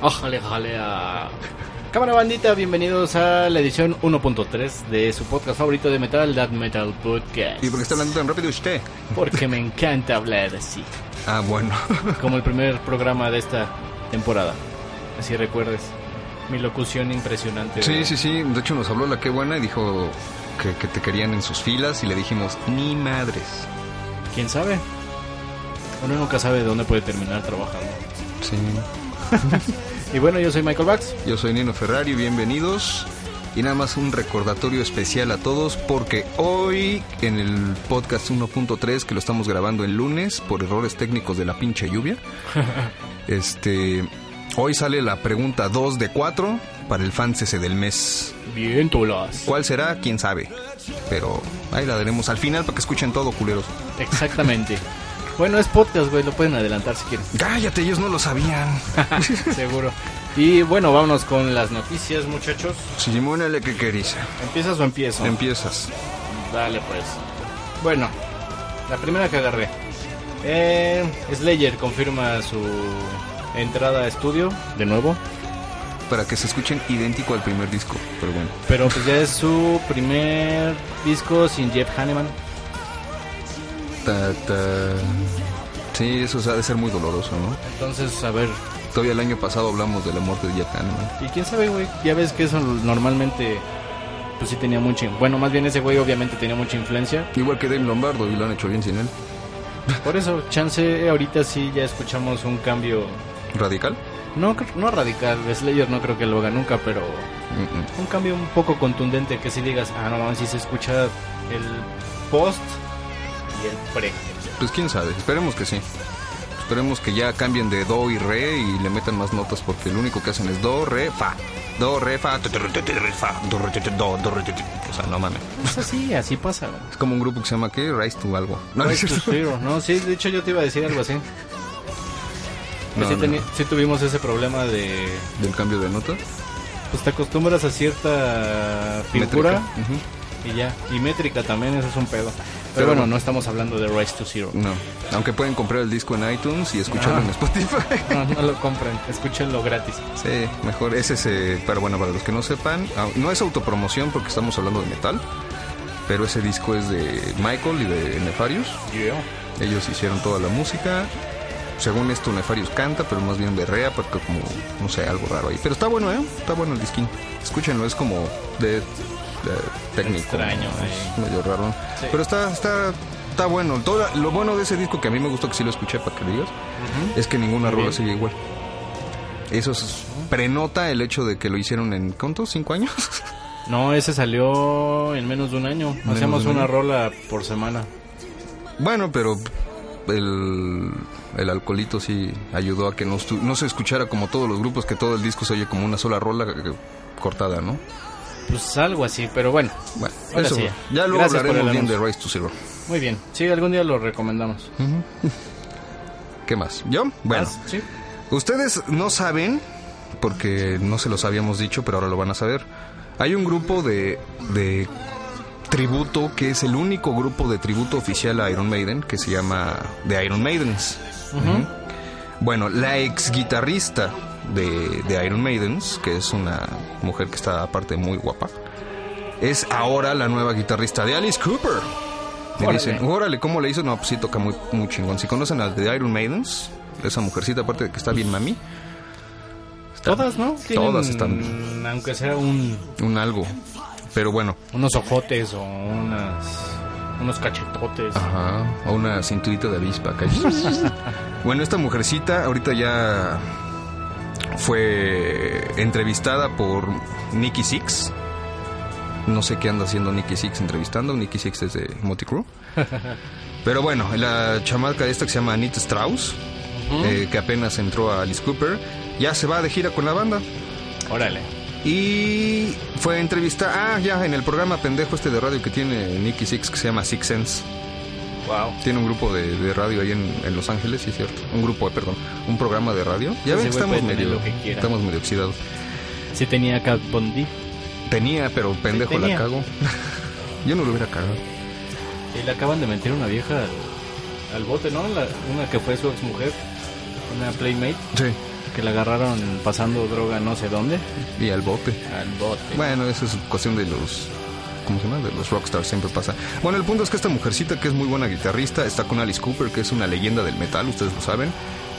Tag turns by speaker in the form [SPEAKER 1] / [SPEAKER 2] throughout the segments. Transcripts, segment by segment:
[SPEAKER 1] Ojalá, ojalá. ah. Cámara bandita, bienvenidos a la edición 1.3 de su podcast favorito de metal, That Metal Podcast.
[SPEAKER 2] ¿Y por qué está hablando tan rápido usted?
[SPEAKER 1] Porque me encanta hablar así,
[SPEAKER 2] Ah, bueno.
[SPEAKER 1] como el primer programa de esta temporada. Así recuerdes, mi locución impresionante.
[SPEAKER 2] Sí,
[SPEAKER 1] ¿verdad?
[SPEAKER 2] sí, sí. De hecho, nos habló la que buena y dijo que, que te querían en sus filas y le dijimos, ni madres.
[SPEAKER 1] ¿Quién sabe? Uno nunca sabe dónde puede terminar trabajando.
[SPEAKER 2] Sí.
[SPEAKER 1] Y bueno, yo soy Michael Bax.
[SPEAKER 2] Yo soy Nino Ferrari, bienvenidos. Y nada más un recordatorio especial a todos porque hoy en el podcast 1.3 que lo estamos grabando el lunes por errores técnicos de la pinche lluvia, este, hoy sale la pregunta 2 de 4 para el fan CC del mes.
[SPEAKER 1] Bien, Tolas.
[SPEAKER 2] ¿Cuál será? ¿Quién sabe? Pero ahí la daremos al final para que escuchen todo, culeros.
[SPEAKER 1] Exactamente. Bueno, es podcast, güey, lo pueden adelantar si quieren.
[SPEAKER 2] Cállate, ellos no lo sabían.
[SPEAKER 1] Seguro. Y bueno, vámonos con las noticias, muchachos.
[SPEAKER 2] Simona le que querís.
[SPEAKER 1] ¿Empiezas o empiezo?
[SPEAKER 2] Empiezas.
[SPEAKER 1] Dale, pues. Bueno, la primera que agarré. Eh, Slayer confirma su entrada a estudio, de nuevo.
[SPEAKER 2] Para que se escuchen idéntico al primer disco, pero bueno.
[SPEAKER 1] Pero pues ya es su primer disco sin Jeff Hanneman.
[SPEAKER 2] Ta, ta. Sí, eso ha de ser muy doloroso, ¿no?
[SPEAKER 1] Entonces, a ver.
[SPEAKER 2] Todavía el año pasado hablamos de la muerte de Jack Hanneman.
[SPEAKER 1] Y quién sabe, güey. Ya ves que eso normalmente, pues sí tenía mucha... Bueno, más bien ese güey obviamente tenía mucha influencia.
[SPEAKER 2] Igual que Dave Lombardo, y lo han hecho bien sin él.
[SPEAKER 1] Por eso, chance, ahorita sí ya escuchamos un cambio...
[SPEAKER 2] ¿Radical?
[SPEAKER 1] No, cr- no radical, Slayer no creo que lo haga nunca, pero
[SPEAKER 2] Mm, mm.
[SPEAKER 1] un cambio un poco contundente que si digas, ah, no mames, si se escucha el post y el pre.
[SPEAKER 2] Pues quién sabe, esperemos que sí. Esperemos que ya cambien de do y re y le metan más notas porque lo único que hacen es do, re, fa. Do, re, fa, tu, tu, tu, tu, tu, re, fa, do, re, tu, tu, do, do, re, tu, tu. O sea, no mames.
[SPEAKER 1] Es Pues así, así pasa. güey.
[SPEAKER 2] Es como un grupo que se llama ¿qué? Rise to algo. No,
[SPEAKER 1] No,
[SPEAKER 2] es
[SPEAKER 1] es tu
[SPEAKER 2] cierto.
[SPEAKER 1] tiro, no, sí, de hecho yo te iba a decir algo así. Que
[SPEAKER 2] No,
[SPEAKER 1] sí,
[SPEAKER 2] no.
[SPEAKER 1] teni- sí tuvimos ese problema de,
[SPEAKER 2] Del cambio de nota.
[SPEAKER 1] pues te acostumbras a cierta figura
[SPEAKER 2] Métrica. Ujú.
[SPEAKER 1] y ya, y métrica también, eso es un pedo. Pero,
[SPEAKER 2] Pero
[SPEAKER 1] bueno,
[SPEAKER 2] bueno.
[SPEAKER 1] no estamos hablando de Rise to Zero.
[SPEAKER 2] No. Aunque pueden comprar el disco en iTunes y escucharlo
[SPEAKER 1] Ah.
[SPEAKER 2] en Spotify.
[SPEAKER 1] No, no lo compren, escúchenlo gratis.
[SPEAKER 2] Sí, mejor es ese, pero bueno, para los que no sepan, ah, no es autopromoción porque estamos hablando de metal, pero ese disco es de Michael y de Nefarius.
[SPEAKER 1] Yo.
[SPEAKER 2] Ellos hicieron toda la música. Según esto, Nefarius canta, pero más bien berrea, porque como, no sé, algo raro ahí. Pero está bueno, ¿eh? Está bueno el disquín. Escúchenlo, es como de, de técnico.
[SPEAKER 1] Extraño,
[SPEAKER 2] ¿no? Es
[SPEAKER 1] eh.
[SPEAKER 2] medio raro.
[SPEAKER 1] Sí.
[SPEAKER 2] Pero está, está, está bueno. Todo la- lo bueno de ese disco, que a mí me gustó que sí lo escuché, para que digas, es que ninguna rola
[SPEAKER 1] bien.
[SPEAKER 2] sigue igual. Eso es- prenota el hecho de que lo hicieron en, ¿cuántos? ¿Cinco años?
[SPEAKER 1] No, ese salió en menos de un año. Hacíamos
[SPEAKER 2] de un
[SPEAKER 1] una
[SPEAKER 2] año.
[SPEAKER 1] rola por semana.
[SPEAKER 2] Bueno, pero el, el alcoholito sí ayudó a que no, estu- no se escuchara como todos los grupos, que todo el disco se oye como una sola rola eh, cortada, ¿no?
[SPEAKER 1] Pues algo así, pero bueno.
[SPEAKER 2] Bueno,
[SPEAKER 1] Ahora
[SPEAKER 2] eso.
[SPEAKER 1] sí.
[SPEAKER 2] Ya luego
[SPEAKER 1] Gracias por
[SPEAKER 2] hablaremos
[SPEAKER 1] el
[SPEAKER 2] bien de
[SPEAKER 1] anuncio.
[SPEAKER 2] Race to Zero.
[SPEAKER 1] Muy bien. Sí, algún día lo recomendamos.
[SPEAKER 2] ¿Qué más? ¿Yo? Bueno,
[SPEAKER 1] ¿Más? Sí.
[SPEAKER 2] ustedes no saben, porque no se los habíamos dicho, pero ahora lo van a saber. Hay un grupo de, de tributo que es el único grupo de tributo oficial a Iron Maiden que se llama The Iron Maidens. Ujú. Bueno, la ex guitarrista de, de Iron Maidens, que es una mujer que está aparte muy guapa, es ahora la nueva guitarrista de Alice Cooper. Me
[SPEAKER 1] Órale.
[SPEAKER 2] dicen, órale, ¿cómo le hizo? No, pues sí toca muy, muy chingón. Si conocen a The Iron Maidens, esa mujercita aparte de que está bien mami,
[SPEAKER 1] Todas, ¿no?
[SPEAKER 2] Todas
[SPEAKER 1] están. Aunque sea un,
[SPEAKER 2] un algo. Pero bueno,
[SPEAKER 1] unos ojotes o unas. unos cachetotes.
[SPEAKER 2] Ajá, o una cinturita de avispa. acá. bueno, esta mujercita ahorita ya fue entrevistada por Nicky Six. No sé qué anda haciendo Nicky Six entrevistando. Nicky Six es de Motley Crue. Pero bueno, la chamaca esta que se llama Anita Strauss, eh, que apenas entró a Alice Cooper, ya se va de gira con la banda.
[SPEAKER 1] Órale.
[SPEAKER 2] Y fue entrevista, ah, ya, en el programa pendejo este de radio que tiene Nicky Six, que se llama Six Sense.
[SPEAKER 1] Wow.
[SPEAKER 2] Tiene un grupo de, de radio ahí en, en Los Ángeles, sí es cierto. Un grupo, eh, perdón, un programa de radio.
[SPEAKER 1] Ese
[SPEAKER 2] Ya ven que
[SPEAKER 1] güey
[SPEAKER 2] estamos
[SPEAKER 1] puede tener
[SPEAKER 2] medio,
[SPEAKER 1] lo que quiera.
[SPEAKER 2] estamos medio oxidados.
[SPEAKER 1] Sí tenía Cat Bondi.
[SPEAKER 2] Tenía, pero pendejo la
[SPEAKER 1] tenía.
[SPEAKER 2] cago. Yo no lo hubiera cagado.
[SPEAKER 1] Y le acaban de meter una vieja al, al bote, ¿no? La- una que fue su exmujer, una playmate,
[SPEAKER 2] Sí.
[SPEAKER 1] que la agarraron pasando droga no sé dónde.
[SPEAKER 2] Y al bote.
[SPEAKER 1] Al bote.
[SPEAKER 2] Bueno, eso es cuestión de los. ¿Cómo se llama? De los rockstars, siempre pasa. Bueno, el punto es que esta mujercita, que es muy buena guitarrista, está con Alice Cooper, que es una leyenda del metal, ustedes lo saben.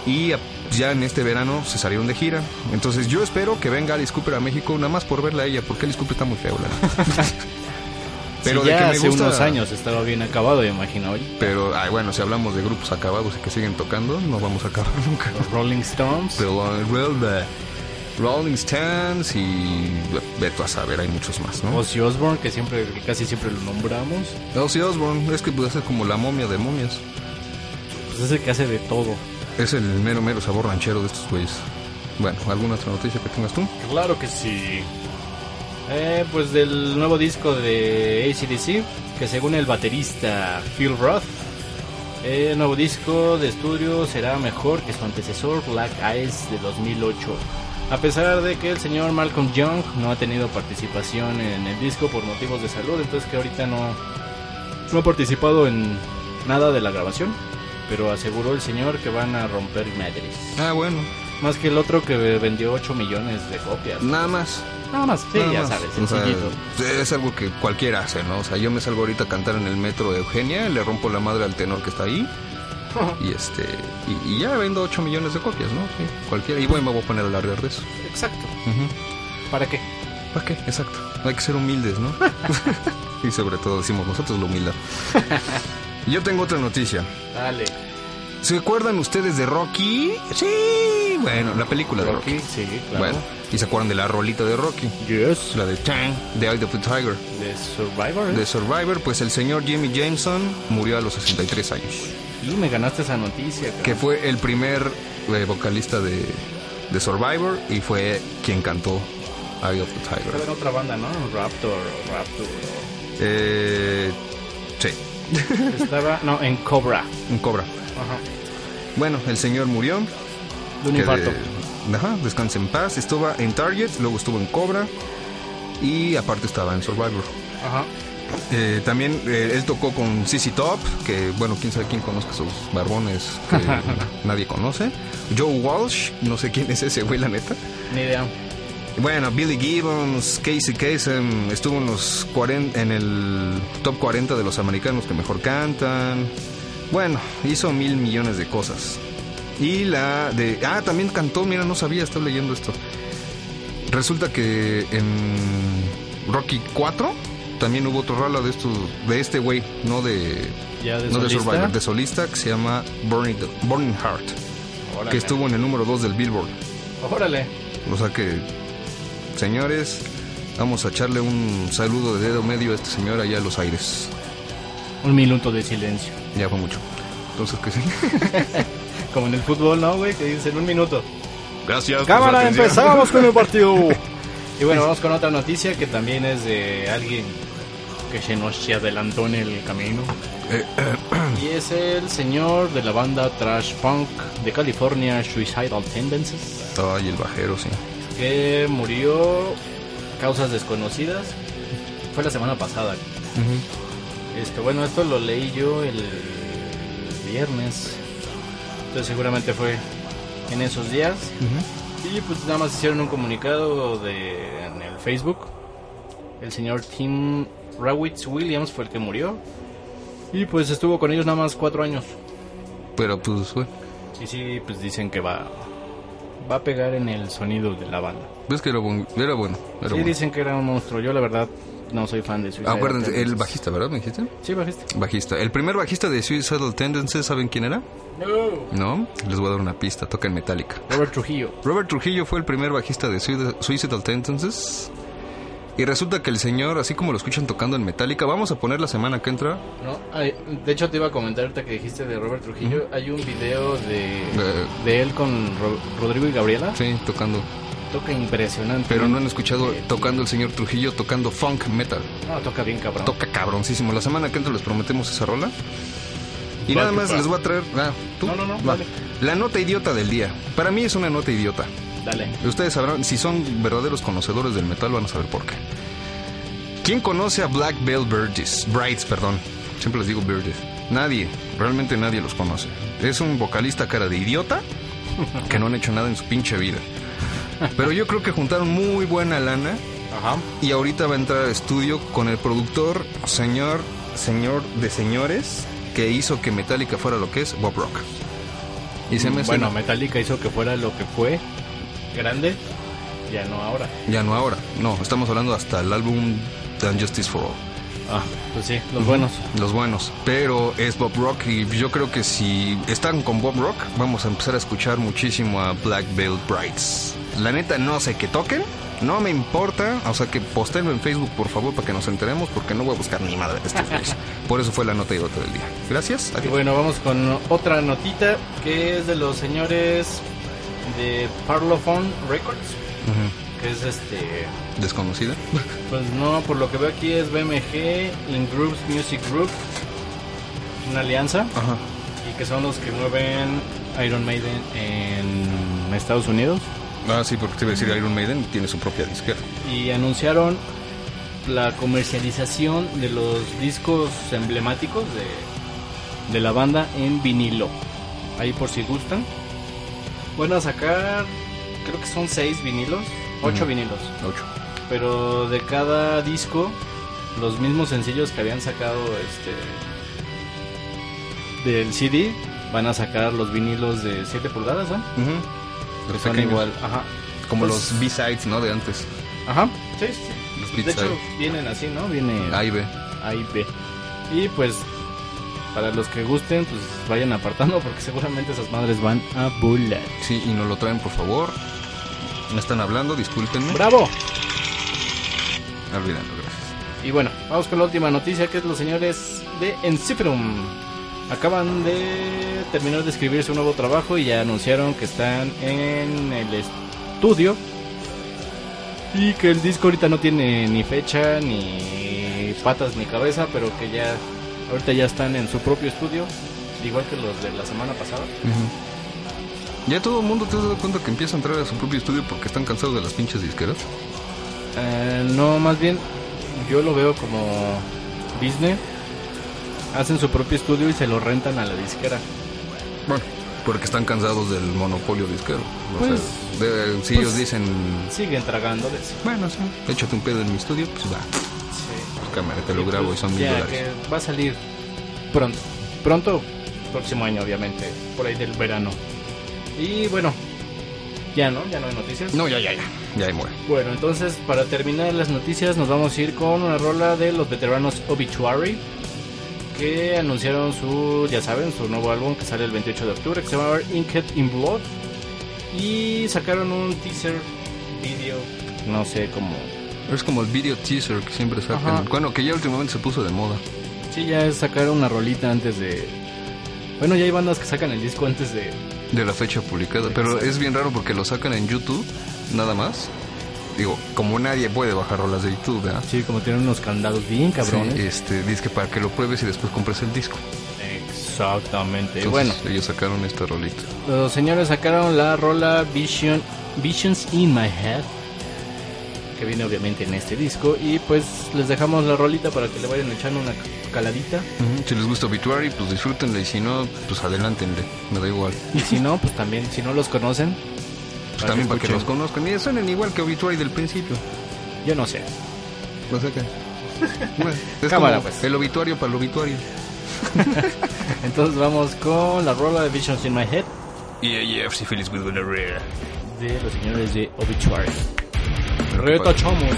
[SPEAKER 2] Y a- ya en este verano se salieron de gira. Entonces yo espero que venga Alice Cooper a México, nada más por verla a ella, porque Alice Cooper está muy feo, la neta.
[SPEAKER 1] Sí, ya hace unos años estaba bien acabado, yo imagino. Oye,
[SPEAKER 2] Pero, ay, bueno, si hablamos de grupos acabados y que siguen tocando, no vamos a acabar nunca.
[SPEAKER 1] los Rolling Stones.
[SPEAKER 2] The Lon- Well, the Rolling Stones y Beto a saber, hay muchos más, ¿no?
[SPEAKER 1] Ozzy Osbourne, que siempre, que casi siempre lo nombramos.
[SPEAKER 2] Ozzy Osbourne, es que puede ser como la momia de momias.
[SPEAKER 1] Pues es el que hace de todo.
[SPEAKER 2] Es el mero mero sabor ranchero de estos güeyes. Bueno, ¿alguna otra noticia que tengas tú?
[SPEAKER 1] Claro que sí. Eh, pues del nuevo disco de ACDC, que según el baterista Phil Roth, eh, el nuevo disco de estudio será mejor que su antecesor Black Eyes de 2008. A pesar de que el señor Malcolm Young no ha tenido participación en el disco por motivos de salud, entonces que ahorita no, no ha participado en nada de la grabación, pero aseguró el señor que van a romper Madrid.
[SPEAKER 2] Ah, bueno,
[SPEAKER 1] Más que el otro que vendió 8 millones de copias.
[SPEAKER 2] nada más.
[SPEAKER 1] Nada más, sí,
[SPEAKER 2] nada
[SPEAKER 1] ya
[SPEAKER 2] más.
[SPEAKER 1] sabes,
[SPEAKER 2] O sea,
[SPEAKER 1] sencillito.
[SPEAKER 2] es algo que cualquiera hace, ¿no? O sea, yo me salgo ahorita a cantar en el metro de Eugenia, le rompo la madre al tenor que está ahí. Y este y, y ya vendo 8 millones de copias, ¿no? Sí, cualquiera. Y bueno, me voy a poner a alardear de eso.
[SPEAKER 1] Exacto.
[SPEAKER 2] Ujú.
[SPEAKER 1] ¿Para qué?
[SPEAKER 2] ¿Para qué? Exacto. Hay que ser humildes, ¿no? y sobre todo decimos nosotros la humildad. Yo tengo otra noticia.
[SPEAKER 1] Dale.
[SPEAKER 2] ¿Se acuerdan ustedes de Rocky? Sí. Bueno, la película de Rocky.
[SPEAKER 1] Rocky, sí, claro.
[SPEAKER 2] Bueno, y se acuerdan de la rolita de Rocky,
[SPEAKER 1] Yes.
[SPEAKER 2] la de Tang, de Eye of the Tiger.
[SPEAKER 1] De Survivor. ¿eh?
[SPEAKER 2] De Survivor, pues el señor Jimmy Jameson murió a los 63 años,
[SPEAKER 1] Y me ganaste esa noticia. cabrón.
[SPEAKER 2] que fue el primer eh, vocalista de, de Survivor y fue quien cantó Eye of the Tiger.
[SPEAKER 1] Estaba en otra banda, ¿no? Raptor, Raptor.
[SPEAKER 2] Eh, sí,
[SPEAKER 1] Estaba, no, en Cobra.
[SPEAKER 2] un cobra.
[SPEAKER 1] Ajá.
[SPEAKER 2] Bueno, el señor murió.
[SPEAKER 1] De un
[SPEAKER 2] que
[SPEAKER 1] infarto.
[SPEAKER 2] de- ajá, descanse en paz. Estuvo en Target, luego estuvo en Cobra y aparte estaba en Survivor.
[SPEAKER 1] Ajá.
[SPEAKER 2] Eh, también eh, él tocó con CC Top, que bueno, quién sabe quién conozca esos barbones que nadie conoce. Joe Walsh, no sé quién es ese güey, la neta.
[SPEAKER 1] Ni idea.
[SPEAKER 2] Bueno, Billy Gibbons, Casey Kasem, estuvo en, los 40, en el top 40 de los americanos que mejor cantan. Bueno, hizo mil millones de cosas. Y la de... Ah, también cantó, mira, no sabía, estaba leyendo esto. Resulta que en Rocky 4 también hubo otra rola de, estos, de este güey, no de...
[SPEAKER 1] Ya de
[SPEAKER 2] no de
[SPEAKER 1] solista.
[SPEAKER 2] Survivor, de solista, que se llama Burning, Burning Heart,
[SPEAKER 1] Órale.
[SPEAKER 2] que estuvo en el número 2 del Billboard.
[SPEAKER 1] Órale.
[SPEAKER 2] O sea que, señores, vamos a echarle un saludo de dedo medio a este señor allá a los aires.
[SPEAKER 1] Un minuto de silencio.
[SPEAKER 2] Ya fue mucho. Entonces, que sí.
[SPEAKER 1] Como en el fútbol, ¿no, güey? Que dicen un minuto.
[SPEAKER 2] Gracias.
[SPEAKER 1] Cámara, empezamos con el partido. y bueno, vamos con otra noticia que también es de alguien que se nos se adelantó en el camino. Eh, y es el señor de la banda Trash Punk de California, Suicidal Tendencies,
[SPEAKER 2] Ay, el bajero, sí.
[SPEAKER 1] que murió causas desconocidas. Fue la semana pasada. Este, bueno, esto lo leí yo el viernes. Entonces seguramente fue en esos días. Y pues nada más hicieron un comunicado de, en el Facebook. El señor Tim Rawitz Williams fue el que murió. Y pues estuvo con ellos nada más cuatro años.
[SPEAKER 2] Pero pues, güey.
[SPEAKER 1] Y sí, pues dicen que va, va a pegar en el sonido de la banda.
[SPEAKER 2] Ves que era, buen- era bueno. Era
[SPEAKER 1] sí,
[SPEAKER 2] bueno.
[SPEAKER 1] dicen que era un monstruo. Yo, la verdad, no soy fan de Suicide.
[SPEAKER 2] Acuérdense,
[SPEAKER 1] Tendencies.
[SPEAKER 2] el bajista, ¿verdad? ¿Me dijiste?
[SPEAKER 1] Sí, bajiste.
[SPEAKER 2] Bajista. El primer bajista de Suicidal Tendencies, ¿saben quién era?
[SPEAKER 1] No.
[SPEAKER 2] No. Les voy a dar una pista. Toca en Metallica.
[SPEAKER 1] Robert Trujillo.
[SPEAKER 2] Robert Trujillo fue el primer bajista de Sui- Suicidal Tendencies. Y resulta que el señor, así como lo escuchan tocando en Metallica, vamos a poner la semana que entra.
[SPEAKER 1] No, ay, de hecho te iba a comentar ahorita que dijiste de Robert Trujillo, hay un video de,
[SPEAKER 2] Eh.
[SPEAKER 1] de él con Ro- Rodrigo y Gabriela,
[SPEAKER 2] Sí, tocando.
[SPEAKER 1] toca impresionante.
[SPEAKER 2] Pero no han escuchado tocando el señor Trujillo, tocando funk metal.
[SPEAKER 1] No, toca bien cabrón.
[SPEAKER 2] Toca cabroncísimo. La semana que entra les prometemos esa rola. Y
[SPEAKER 1] Va,
[SPEAKER 2] nada
[SPEAKER 1] que
[SPEAKER 2] más
[SPEAKER 1] va.
[SPEAKER 2] les voy a traer. Ah, ¿tú?
[SPEAKER 1] No, no, no,
[SPEAKER 2] Va.
[SPEAKER 1] dale.
[SPEAKER 2] La nota idiota del día. Para mí es una nota idiota.
[SPEAKER 1] Dale.
[SPEAKER 2] Ustedes sabrán, si son verdaderos conocedores del metal, van a saber por qué. ¿Quién conoce a Black Veil Burgess? Brights, perdón. Siempre les digo Burgess. Nadie, realmente nadie los conoce. Es un vocalista cara de idiota que no han hecho nada en su pinche vida. Pero yo creo que juntaron muy buena lana
[SPEAKER 1] Ajá.
[SPEAKER 2] y ahorita va a entrar al estudio con el productor, señor, señor de señores, que hizo que Metallica fuera lo que es Bob Rock. Y se me hace
[SPEAKER 1] bueno,
[SPEAKER 2] una-
[SPEAKER 1] Metallica hizo que fuera lo que fue, grande, ya no ahora.
[SPEAKER 2] Ya no ahora, no, estamos hablando hasta el álbum The Justice for All,
[SPEAKER 1] Ah, pues sí, los buenos.
[SPEAKER 2] los buenos, pero es Bob Rock y yo creo que si están con Bob Rock vamos a empezar a escuchar muchísimo a Black Veil Brides. La neta no sé qué toquen, no me importa, o sea que postenlo en Facebook por favor para que nos enteremos porque no voy a buscar ni madre de estos güeyes. Por eso fue la nota y otra del día. Gracias.
[SPEAKER 1] Y
[SPEAKER 2] adiós.
[SPEAKER 1] bueno, vamos con otra notita que es de los señores de Parlophone Records,
[SPEAKER 2] Ujú.
[SPEAKER 1] que es este...
[SPEAKER 2] Desconocida.
[SPEAKER 1] Pues no, por lo que veo aquí es BMG, In Groups Music Group, una alianza,
[SPEAKER 2] Ajá.
[SPEAKER 1] y que son los que mueven Iron Maiden en Estados Unidos.
[SPEAKER 2] Ah, sí, porque te iba a decir Iron Maiden tiene su propia disquera.
[SPEAKER 1] Y anunciaron la comercialización de los discos emblemáticos de, de la banda en vinilo. Ahí por si gustan. Van a sacar, creo que son seis vinilos, ocho
[SPEAKER 2] Ujú.
[SPEAKER 1] vinilos.
[SPEAKER 2] Ocho.
[SPEAKER 1] pero de cada disco los mismos sencillos que habían sacado este del CD van a sacar los vinilos de 7 pulgadas, ¿no?
[SPEAKER 2] Ujú.
[SPEAKER 1] Que
[SPEAKER 2] Los
[SPEAKER 1] son
[SPEAKER 2] pequeños.
[SPEAKER 1] igual, ajá.
[SPEAKER 2] Como
[SPEAKER 1] Pues-
[SPEAKER 2] los B-sides, ¿no? De antes.
[SPEAKER 1] Ajá. Sí, sí, sí.
[SPEAKER 2] Los
[SPEAKER 1] De
[SPEAKER 2] B-sides.
[SPEAKER 1] hecho vienen así, ¿no? Viene
[SPEAKER 2] Ahí ve.
[SPEAKER 1] A y B. Y pues para los que gusten, pues vayan apartando porque seguramente esas madres van a volar.
[SPEAKER 2] Sí, y no lo traen, por favor. Me están hablando, discúlpenme.
[SPEAKER 1] ¡Bravo!
[SPEAKER 2] Olvídenlo, gracias.
[SPEAKER 1] Y bueno, vamos con la última noticia que es los señores de Encifrum. Acaban de terminar de escribir su nuevo trabajo y ya anunciaron que están en el estudio. Y que el disco ahorita no tiene ni fecha, ni patas, ni cabeza, pero que ya ahorita ya están en su propio estudio, igual que los de la semana pasada.
[SPEAKER 2] Ya todo el mundo te has dado cuenta que empieza a entrar a su propio estudio porque están cansados de las pinches disqueras.
[SPEAKER 1] Eh, no, más bien yo lo veo como Disney. Hacen su propio estudio y se lo rentan a la disquera.
[SPEAKER 2] Bueno, porque están cansados del monopolio disquero. O
[SPEAKER 1] Pues,
[SPEAKER 2] sea, de- si ellos
[SPEAKER 1] pues-
[SPEAKER 2] dicen,
[SPEAKER 1] Siguen tragándoles.
[SPEAKER 2] bueno, sí, échate un pedo en mi estudio, pues va, pues cámara, te lo grabo y son mil
[SPEAKER 1] Ya,
[SPEAKER 2] dólares.
[SPEAKER 1] que va a salir pronto. Pronto, próximo año, obviamente. Por ahí del verano. Y bueno, ya no, ya no hay noticias.
[SPEAKER 2] No, ya, ya, ya. Ya ahí muere.
[SPEAKER 1] Bueno, entonces para terminar las noticias nos vamos a ir con una rola de los veteranos Obituary que anunciaron su, ya saben, su nuevo álbum que sale el 28 de octubre que se llama Inked in Blood y sacaron un teaser video, no sé cómo.
[SPEAKER 2] Es como el video teaser que siempre sacan.
[SPEAKER 1] Ajá.
[SPEAKER 2] Bueno, que ya últimamente se puso de moda.
[SPEAKER 1] Sí, ya es sacar una rolita antes de Bueno, ya hay bandas que sacan el disco antes de
[SPEAKER 2] De la fecha publicada. Pero es bien raro porque lo sacan en YouTube, nada más. Digo, como nadie puede bajar rolas de YouTube, ¿verdad?
[SPEAKER 1] Sí, como tienen unos candados bien cabrones.
[SPEAKER 2] Sí, este, dice que para que lo pruebes y después compres el disco.
[SPEAKER 1] Exactamente.
[SPEAKER 2] Entonces,
[SPEAKER 1] bueno,
[SPEAKER 2] ellos sacaron esta rolita.
[SPEAKER 1] Los señores sacaron la rola Vision, Visions in My Head, que viene obviamente en este disco. Y pues les dejamos la rolita para que le vayan echando una caladita.
[SPEAKER 2] Si les gusta Obituary, pues disfrútenla y si no, pues adelántenle. Me da igual.
[SPEAKER 1] Y si no, pues también, si no los conocen,
[SPEAKER 2] Pues también para que los
[SPEAKER 1] escuchen.
[SPEAKER 2] conozcan. Y suenen igual que Obituary del principio.
[SPEAKER 1] Yo no sé.
[SPEAKER 2] O sea que- Bueno, es
[SPEAKER 1] Cámara,
[SPEAKER 2] como
[SPEAKER 1] pues.
[SPEAKER 2] el obituario para el obituario.
[SPEAKER 1] Entonces vamos con la rola de Visions in My Head
[SPEAKER 2] Yeah, yeah, syphilis with gonorrhea.
[SPEAKER 1] de los señores de Obituary.
[SPEAKER 3] padre.
[SPEAKER 1] Retachamos.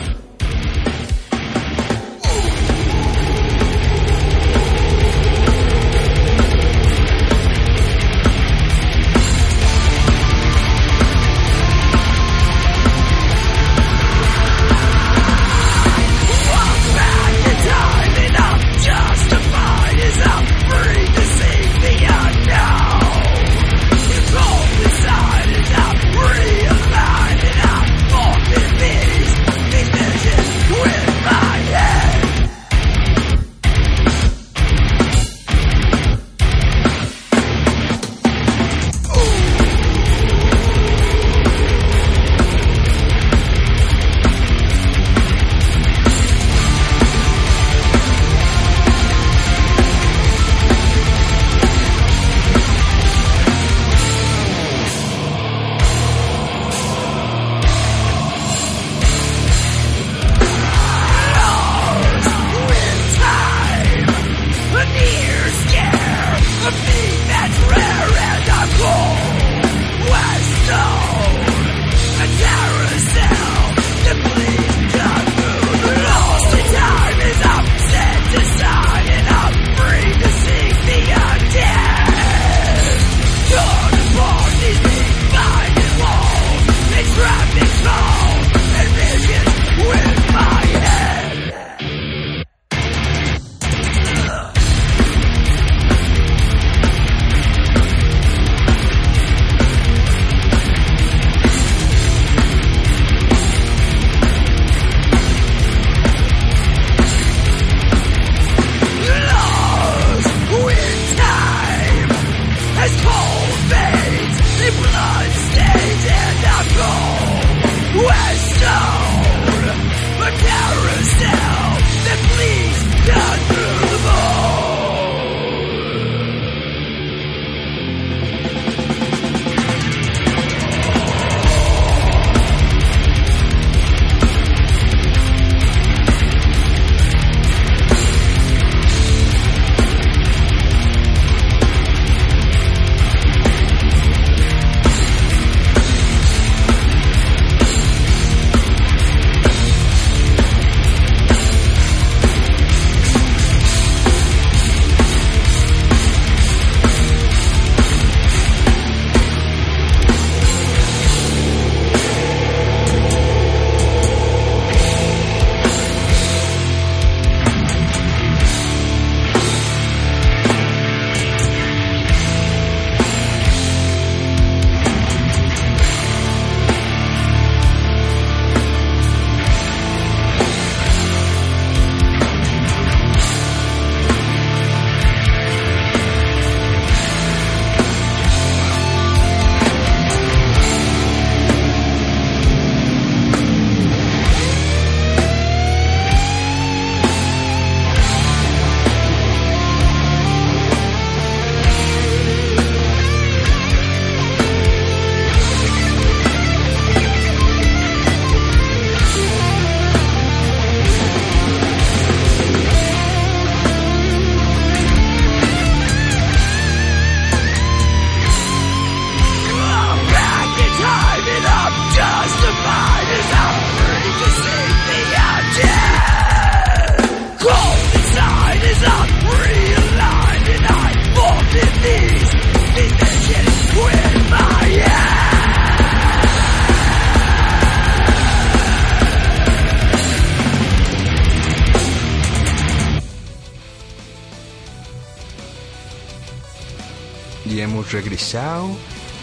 [SPEAKER 3] Y hemos regresado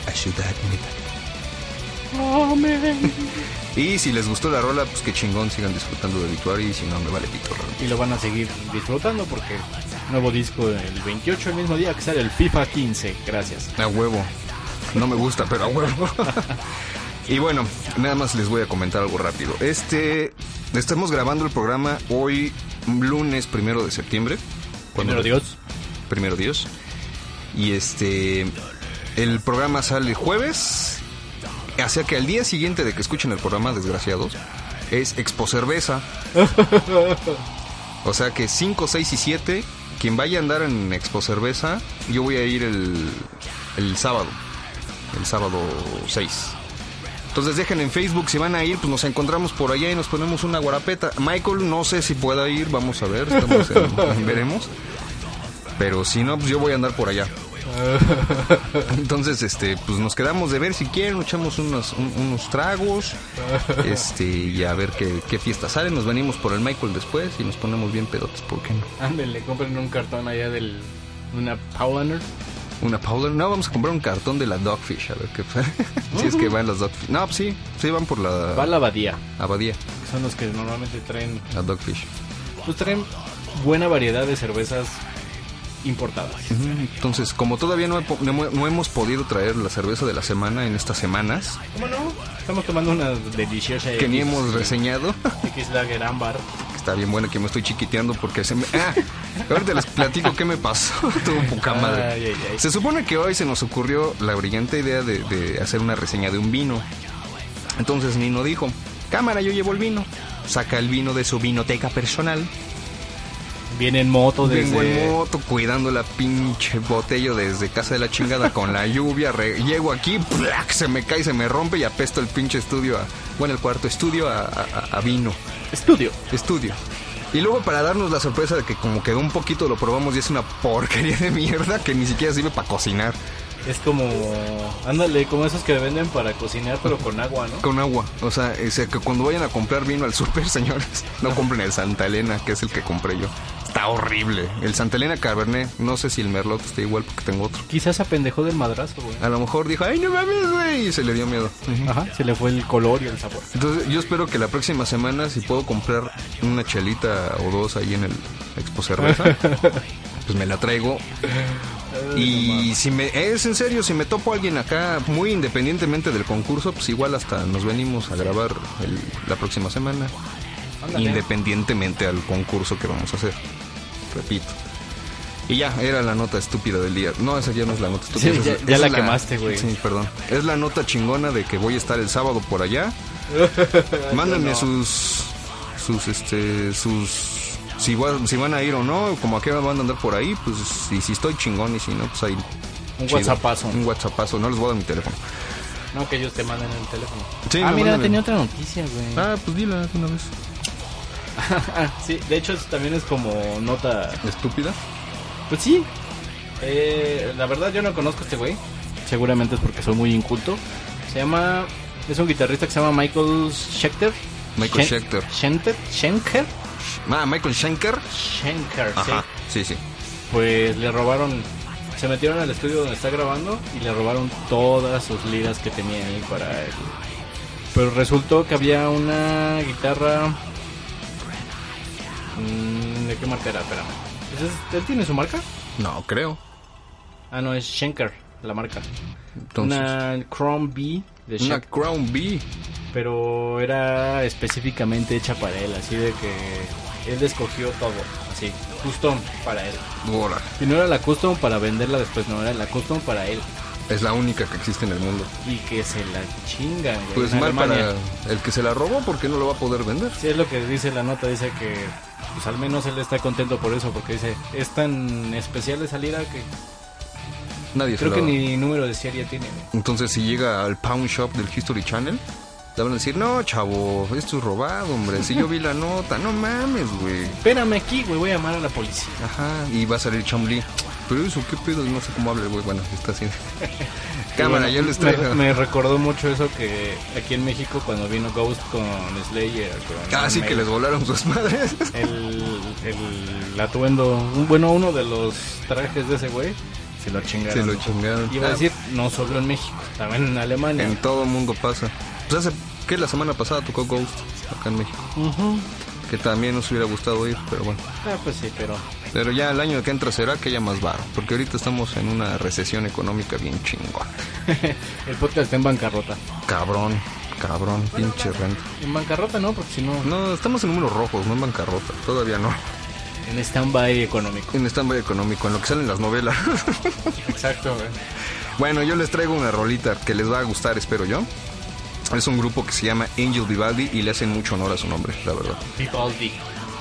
[SPEAKER 3] a Ciudad Metal. Y si les gustó la rola, pues que chingón, sigan disfrutando de Obituary y si no, me vale pito. realmente.
[SPEAKER 1] Y lo van a seguir disfrutando porque nuevo disco el 28, el mismo día que sale el FIFA 15. Gracias.
[SPEAKER 3] A huevo. No me gusta, pero a huevo. y bueno, nada más les voy a comentar algo rápido. Este, estamos grabando el programa hoy, lunes primero de septiembre. Cuando-
[SPEAKER 1] Primero
[SPEAKER 2] pues,
[SPEAKER 1] Dios.
[SPEAKER 3] Primero Dios. Y este, el programa sale jueves. O sea que al día siguiente de que escuchen el programa, desgraciados, es Expo Cerveza. O sea que 5, 6 y 7, quien vaya a andar en Expo Cerveza, yo voy a ir el, el sábado. El sábado 6.
[SPEAKER 2] Entonces dejen en Facebook, si van a ir, pues nos encontramos por allá y nos ponemos una guarapeta. Michael, no sé si pueda ir, vamos a ver, estamos en- veremos. Pero si no, pues yo voy a andar por allá. Entonces, este, pues nos quedamos de ver si quieren, nos echamos unos, un- unos tragos, este, y a ver qué, qué fiesta sale. Nos venimos por el Michael después y nos ponemos bien pedotes, ¿por qué no?
[SPEAKER 1] Ándale, compren un cartón allá del. Una Powlander.
[SPEAKER 2] Una Paula, no, vamos a comprar un cartón de la Dogfish, a ver qué Si es que van las Dogfish. No, pues sí, sí van por
[SPEAKER 1] Va a
[SPEAKER 2] la
[SPEAKER 1] la abadía.
[SPEAKER 2] abadía,
[SPEAKER 1] que Son los que normalmente traen.
[SPEAKER 2] la Dogfish.
[SPEAKER 1] Pues traen buena variedad de cervezas importadas.
[SPEAKER 2] Ujú, Entonces, como todavía no, he po- no hemo- no hemos podido traer la cerveza de la semana en estas semanas,
[SPEAKER 1] ¿Cómo no? Estamos tomando una deliciosa.
[SPEAKER 2] que ni
[SPEAKER 1] X-
[SPEAKER 2] hemos reseñado,
[SPEAKER 1] X Lager Ámbar.
[SPEAKER 2] que está bien buena, que me estoy chiquiteando porque se me... Ah, ahorita les platico qué me pasó, tu poca madre.
[SPEAKER 1] Ay, ay, ay.
[SPEAKER 2] Se supone que hoy se nos ocurrió la brillante idea de, de hacer una reseña de un vino. Entonces Nino dijo, cámara, yo llevo el vino. Saca el vino de su vinoteca personal.
[SPEAKER 1] Viene en moto desde.
[SPEAKER 2] Vengo en moto cuidando la pinche botella desde casa de la chingada con la lluvia. re- llego aquí, ¡plac! se me cae, se me rompe y apesto el pinche estudio a. Bueno, el cuarto estudio a, a- a vino.
[SPEAKER 1] Estudio.
[SPEAKER 2] Estudio. Y luego para darnos la sorpresa de que como quedó un poquito lo probamos y es una porquería de mierda que ni siquiera sirve para cocinar
[SPEAKER 1] Es como. Ándale, como esos que venden para cocinar, pero con agua, ¿no?
[SPEAKER 2] con agua. O sea, o sea, que cuando vayan a comprar vino al súper, señores, no compren el Santa Elena, que es el que compré yo. Está horrible. El Santa Elena Cabernet, no sé si el Merlot está igual porque tengo otro.
[SPEAKER 1] Quizás se apendejó del madrazo, güey.
[SPEAKER 2] A lo mejor dijo, ay, no mames, güey, y se le dio miedo.
[SPEAKER 1] Ajá, se le fue el color y el sabor.
[SPEAKER 2] Entonces, yo espero que la próxima semana, si puedo comprar una chelita o dos ahí en el Expo Cerveza, pues me la traigo. Y si me, es en serio, si me topo a alguien acá, muy independientemente del concurso, pues igual hasta nos venimos a grabar el- la próxima semana, independientemente al concurso que vamos a hacer. Repito. Y ya, era la nota estúpida del día. No, esa ya no es la nota estúpida.
[SPEAKER 1] Sí,
[SPEAKER 2] esa es-
[SPEAKER 1] ya- ya
[SPEAKER 2] esa
[SPEAKER 1] la
[SPEAKER 2] es
[SPEAKER 1] quemaste, güey.
[SPEAKER 2] Sí, perdón. Es la nota chingona de que voy a estar el sábado por allá. Mándenme sus sus este sus si, va- si van a ir o no, como a qué hora van a andar por ahí, pues y si estoy chingón y si no, pues ahí
[SPEAKER 1] Un
[SPEAKER 2] chido.
[SPEAKER 1] whatsappazo.
[SPEAKER 2] un WhatsAppazo, no les voy a dar mi teléfono.
[SPEAKER 1] No, que ellos te mandan el teléfono.
[SPEAKER 2] Sí,
[SPEAKER 1] ah,
[SPEAKER 2] me
[SPEAKER 1] mira,
[SPEAKER 2] mandan
[SPEAKER 1] tenía
[SPEAKER 2] el-
[SPEAKER 1] otra noticia, güey.
[SPEAKER 2] Ah, pues dila de una vez.
[SPEAKER 1] Ah, sí, de hecho, eso también es como nota.
[SPEAKER 2] Estúpida.
[SPEAKER 1] Pues sí. Eh, la verdad, yo no conozco a este güey. Seguramente es porque soy muy inculto. Se llama. Es un guitarrista que se llama Michael Schechter.
[SPEAKER 2] Michael
[SPEAKER 1] Shen-
[SPEAKER 2] Schechter.
[SPEAKER 1] Schenter- Schenker.
[SPEAKER 2] Ah, Michael Schenker.
[SPEAKER 1] Schenker, sí.
[SPEAKER 2] Ajá. Sí, sí.
[SPEAKER 1] Pues le robaron. Se metieron al estudio donde está grabando y le robaron todas sus liras que tenía ahí para él. Pero resultó que había una guitarra. mm, ¿De qué marca era? Espérame. ¿Ese es- ¿Él tiene su marca?
[SPEAKER 2] No, creo.
[SPEAKER 1] Ah, no, es Schenker, la marca.
[SPEAKER 2] Entonces, una,
[SPEAKER 1] una Chrome B de Schenker.
[SPEAKER 2] Crown B.
[SPEAKER 1] Pero era específicamente hecha para él, así de que él escogió todo, así, custom para él.
[SPEAKER 2] Ahora,
[SPEAKER 1] Y no era la custom para venderla después, no, era la custom para él.
[SPEAKER 2] es la única que existe en el mundo.
[SPEAKER 1] Y que se la chingan, güey.
[SPEAKER 2] Pues
[SPEAKER 1] en
[SPEAKER 2] mal
[SPEAKER 1] Alemania.
[SPEAKER 2] para el que se la robó porque no lo va a poder vender.
[SPEAKER 1] Sí, es lo que dice la nota, dice que pues al menos él está contento por eso, porque dice, es tan especial de salida que
[SPEAKER 2] Nadie se
[SPEAKER 1] creo
[SPEAKER 2] la
[SPEAKER 1] que
[SPEAKER 2] va-
[SPEAKER 1] ni número de serie tiene. güey.
[SPEAKER 2] Entonces, si llega al Pound Shop del History Channel, le van a decir, no, chavo, esto es robado, hombre. Si yo vi la nota, no mames, güey.
[SPEAKER 1] Espérame aquí, güey, voy a llamar a la policía.
[SPEAKER 2] Ajá, y va a salir Chambly. Pero eso, ¿qué pedo? No sé cómo habla el güey. Bueno, está así. Cámara,
[SPEAKER 1] Y
[SPEAKER 2] yo
[SPEAKER 1] bueno,
[SPEAKER 2] les traigo.
[SPEAKER 1] Me, me recordó mucho eso que aquí en México cuando vino Ghost con Slayer. con
[SPEAKER 2] Ah, sí,
[SPEAKER 1] Maiden,
[SPEAKER 2] que les volaron sus madres.
[SPEAKER 1] El, el atuendo, un- bueno, uno de los trajes de ese güey, se lo chingaron.
[SPEAKER 2] Se lo chingaron.
[SPEAKER 1] Iba a
[SPEAKER 2] Ah,
[SPEAKER 1] decir, no solo en México, también en Alemania.
[SPEAKER 2] En todo mundo pasa. Pues hace, ¿qué? La semana pasada tocó Ghost acá en México.
[SPEAKER 1] Ujú.
[SPEAKER 2] Que también nos hubiera gustado ir, pero bueno.
[SPEAKER 1] Ah, pues sí, pero
[SPEAKER 2] Pero ya el año que entra será que haya más barro. Porque ahorita estamos en una recesión económica bien chingona.
[SPEAKER 1] el podcast está en bancarrota.
[SPEAKER 2] Cabrón, cabrón, pinche renta.
[SPEAKER 1] En bancarrota no, porque si no,
[SPEAKER 2] No, estamos en números rojos, no en bancarrota. Todavía no.
[SPEAKER 1] en stand-by económico.
[SPEAKER 2] En stand-by económico, en lo que salen las novelas.
[SPEAKER 1] Exacto, güey.
[SPEAKER 2] bueno, yo les traigo una rolita que les va a gustar, espero yo. Es un grupo que se llama Angel Vivaldi y le hacen mucho honor a su nombre, la verdad.
[SPEAKER 1] Vivaldi.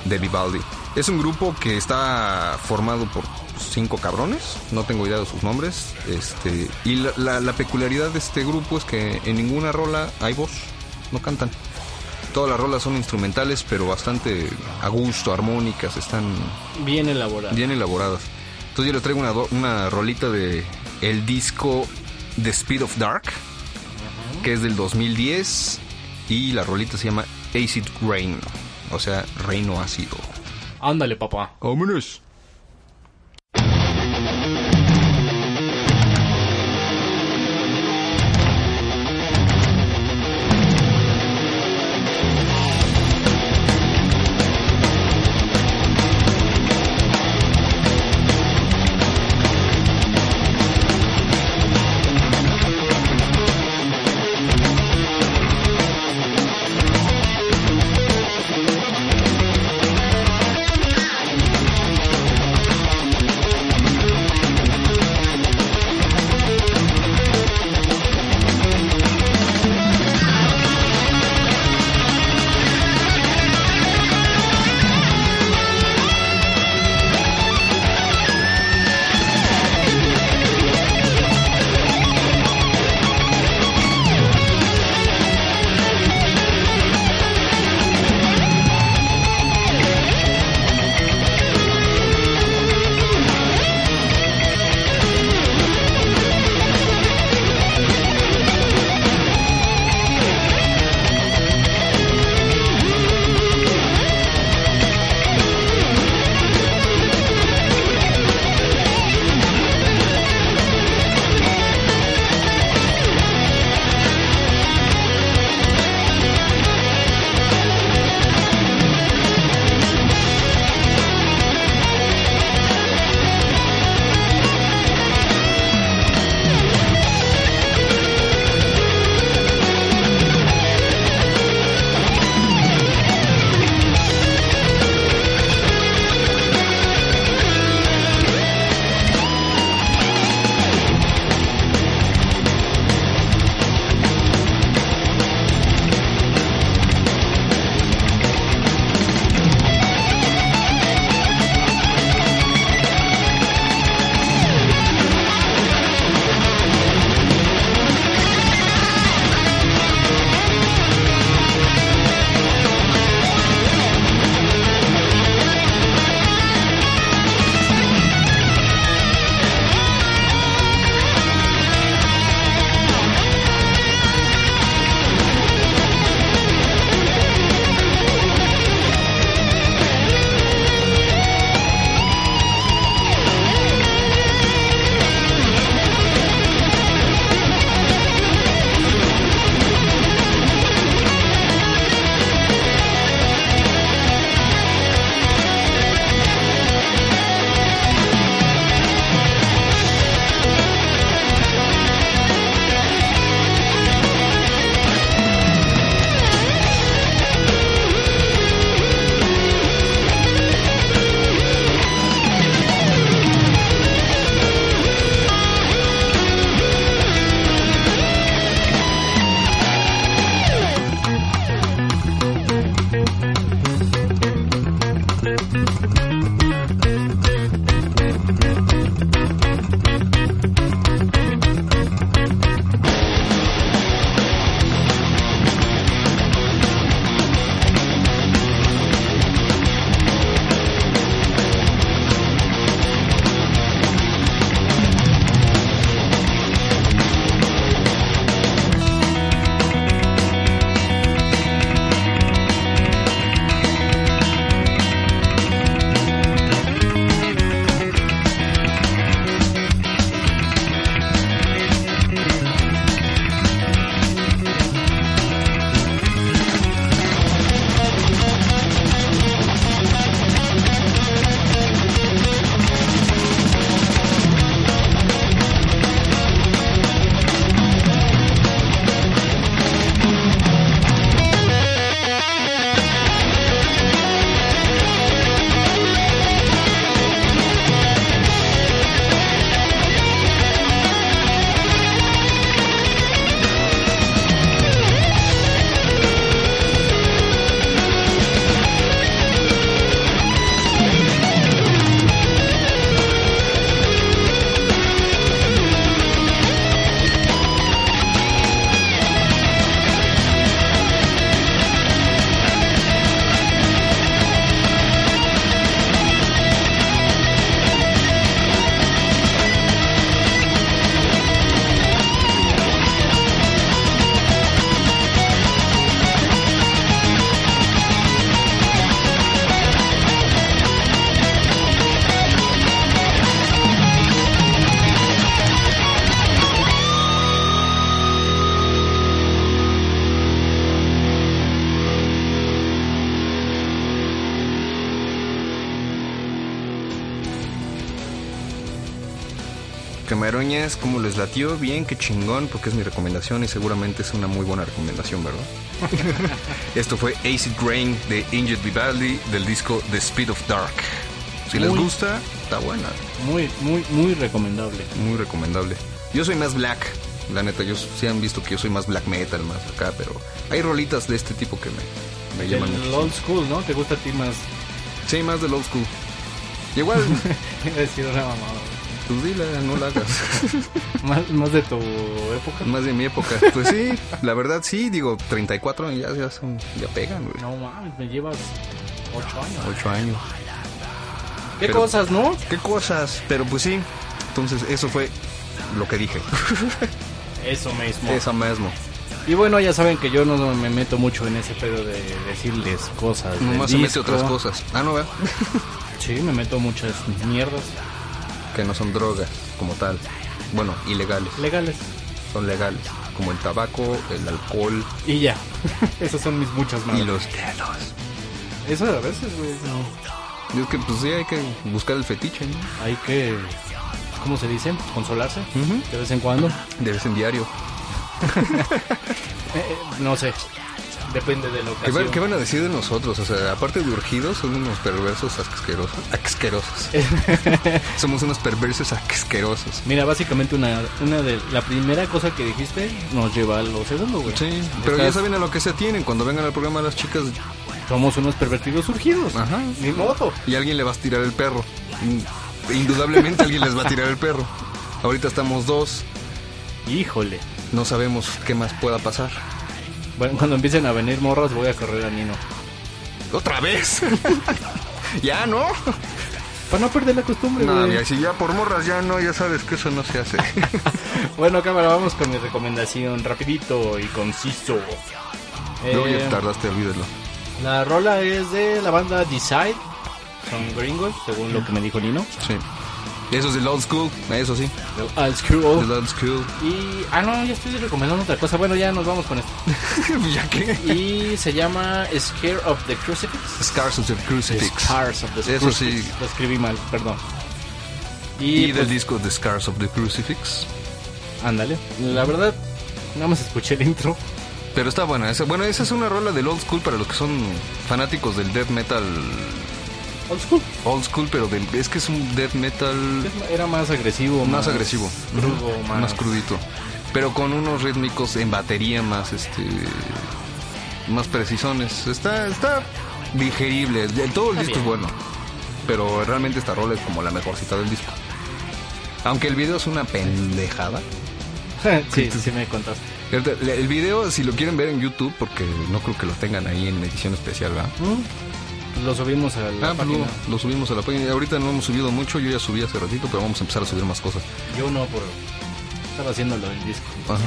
[SPEAKER 2] De Vivaldi. Es un grupo que está formado por cinco cabrones, no tengo idea de sus nombres. Este, y la, la- la peculiaridad de este grupo es que en ninguna rola hay voz, no cantan. Todas las rolas son instrumentales, pero bastante a gusto, armónicas, están
[SPEAKER 1] Bien elaborado.
[SPEAKER 2] bien elaboradas. Entonces yo le traigo una, do- una rolita de el disco The Speed of Dark, que es del 2010, y la rolita se llama Acid Rain, o sea, reino ácido.
[SPEAKER 1] Ándale, papá.
[SPEAKER 2] ¡Vámonos! Cameroñas, ¿cómo les latió? Bien, qué chingón, porque es mi recomendación y seguramente es una muy buena recomendación, ¿verdad? Esto fue Acid Rain de Injured Vivaldi del disco The Speed of Dark. Si les
[SPEAKER 1] Muy-
[SPEAKER 2] gusta, está buena,
[SPEAKER 1] Muy, muy, muy recomendable.
[SPEAKER 2] muy recomendable. Yo soy más black, la neta, yo sí han visto que yo soy más black metal, más acá, pero hay rolitas de este tipo que me, me llaman
[SPEAKER 1] El
[SPEAKER 2] mucho.
[SPEAKER 1] old school, ¿no? ¿Te gusta a ti más?
[SPEAKER 2] Sí, más del old school. Y Igual,
[SPEAKER 1] Iba a decir una mamada, güey.
[SPEAKER 2] pues dila, no la hagas.
[SPEAKER 1] Más, más de tu época.
[SPEAKER 2] Más de mi época. Pues sí, la verdad sí, digo, 34 ya, ya, son, ya pegan, güey.
[SPEAKER 1] No mames, me llevas ocho años.
[SPEAKER 2] Ocho años.
[SPEAKER 1] ¿Qué
[SPEAKER 2] Pero-
[SPEAKER 1] cosas, no?
[SPEAKER 2] ¿Qué cosas? Pero pues sí. Entonces, eso fue lo que dije.
[SPEAKER 1] Eso mismo.
[SPEAKER 2] Eso mismo.
[SPEAKER 1] Y bueno, ya saben que yo no me meto mucho en ese pedo de decirles cosas. del
[SPEAKER 2] Nomás se mete
[SPEAKER 1] disco.
[SPEAKER 2] otras cosas. Ah, no, ¿verdad?
[SPEAKER 1] Sí, me meto muchas mierdas
[SPEAKER 2] Que no son drogas como tal. Bueno, ilegales.
[SPEAKER 1] legales.
[SPEAKER 2] Son legales. Como el tabaco, el alcohol
[SPEAKER 1] Y ya. Esas son mis muchas
[SPEAKER 2] y
[SPEAKER 1] manos.
[SPEAKER 2] los dedos.
[SPEAKER 1] Eso a veces, güey. No.
[SPEAKER 2] Y es que pues sí hay que buscar el fetiche, ¿no?
[SPEAKER 1] Hay que. ¿Cómo se dice? Consolarse.
[SPEAKER 2] Ujú.
[SPEAKER 1] De vez en cuando.
[SPEAKER 2] De vez en diario.
[SPEAKER 1] Eh, eh, no sé. Depende de lo que.
[SPEAKER 2] ¿Qué, van- qué van a decir de nosotros? O sea, aparte de urgidos, son unos perversos asquerosos. Asquerosos. Somos unos perversos asquerosos.
[SPEAKER 1] Mira, básicamente una, una de la primera cosa que dijiste nos lleva a lo segundo, güey.
[SPEAKER 2] Sí, pero ya
[SPEAKER 1] Estás-
[SPEAKER 2] saben a lo que se tienen cuando vengan al programa las chicas
[SPEAKER 1] Somos unos pervertidos surgidos.
[SPEAKER 2] Ajá.
[SPEAKER 1] Ni modo.
[SPEAKER 2] y alguien le va a tirar el perro. Mm, Indudablemente alguien les va a tirar el perro. Ahorita estamos dos,
[SPEAKER 1] Híjole.
[SPEAKER 2] no sabemos qué más pueda pasar.
[SPEAKER 1] Bueno, cuando empiecen a venir morras voy a correr a Nino.
[SPEAKER 2] ¿Otra vez? ¿Ya no?
[SPEAKER 1] Para no perder la costumbre,
[SPEAKER 2] No,
[SPEAKER 1] güey.
[SPEAKER 2] ya, si ya por morras ya no, ya sabes que eso no se hace.
[SPEAKER 1] Bueno, cámara, vamos con mi recomendación rapidito y conciso.
[SPEAKER 2] No,
[SPEAKER 1] Eh,
[SPEAKER 2] ya tardaste, olvídalo.
[SPEAKER 1] la rola es de la banda Decide. Son gringos, según lo que me dijo Nino.
[SPEAKER 2] Sí. Eso es del old school, eso sí.
[SPEAKER 1] Al Screw.
[SPEAKER 2] Del old school.
[SPEAKER 1] Y. Ah, no, ya estoy recomendando otra cosa. Bueno, ya nos vamos con esto.
[SPEAKER 2] ¿Ya qué?
[SPEAKER 1] Y se llama Scare of the Crucifix.
[SPEAKER 2] Scars of the Crucifix.
[SPEAKER 1] Scars of the
[SPEAKER 2] Eso
[SPEAKER 1] Crucifix.
[SPEAKER 2] sí.
[SPEAKER 1] Lo escribí mal, perdón.
[SPEAKER 2] Y,
[SPEAKER 1] Y,
[SPEAKER 2] del
[SPEAKER 1] pues,
[SPEAKER 2] disco The Scars of the Crucifix.
[SPEAKER 1] ándale. La verdad, nada más escuché el intro.
[SPEAKER 2] Pero está buena. Esa, bueno, esa es una rola del old school para los que son fanáticos del death metal.
[SPEAKER 1] Old school.
[SPEAKER 2] Old school, pero del- es que es un death metal
[SPEAKER 1] Era más agresivo.
[SPEAKER 2] más agresivo.
[SPEAKER 1] Crudo,
[SPEAKER 2] Ujú,
[SPEAKER 1] más.
[SPEAKER 2] Más crudito. Pero con unos rítmicos en batería más este más precisones. Está, está digerible. De- Todo el
[SPEAKER 1] Está
[SPEAKER 2] disco es bueno. Pero realmente esta rola es como la mejorcita del disco. Aunque el video es una pendejada.
[SPEAKER 1] sí, sí, me contaste.
[SPEAKER 2] El, el video, si lo quieren ver en YouTube, porque no creo que lo tengan ahí en edición especial, ¿verdad?
[SPEAKER 1] Lo subimos a Mm, la
[SPEAKER 2] Ah, pues
[SPEAKER 1] página.
[SPEAKER 2] lo, lo subimos a la página. Ahorita no hemos subido mucho, yo ya subí hace ratito, pero vamos a empezar a subir más cosas.
[SPEAKER 1] Yo no, por estaba haciéndolo el disco.
[SPEAKER 2] Ajá.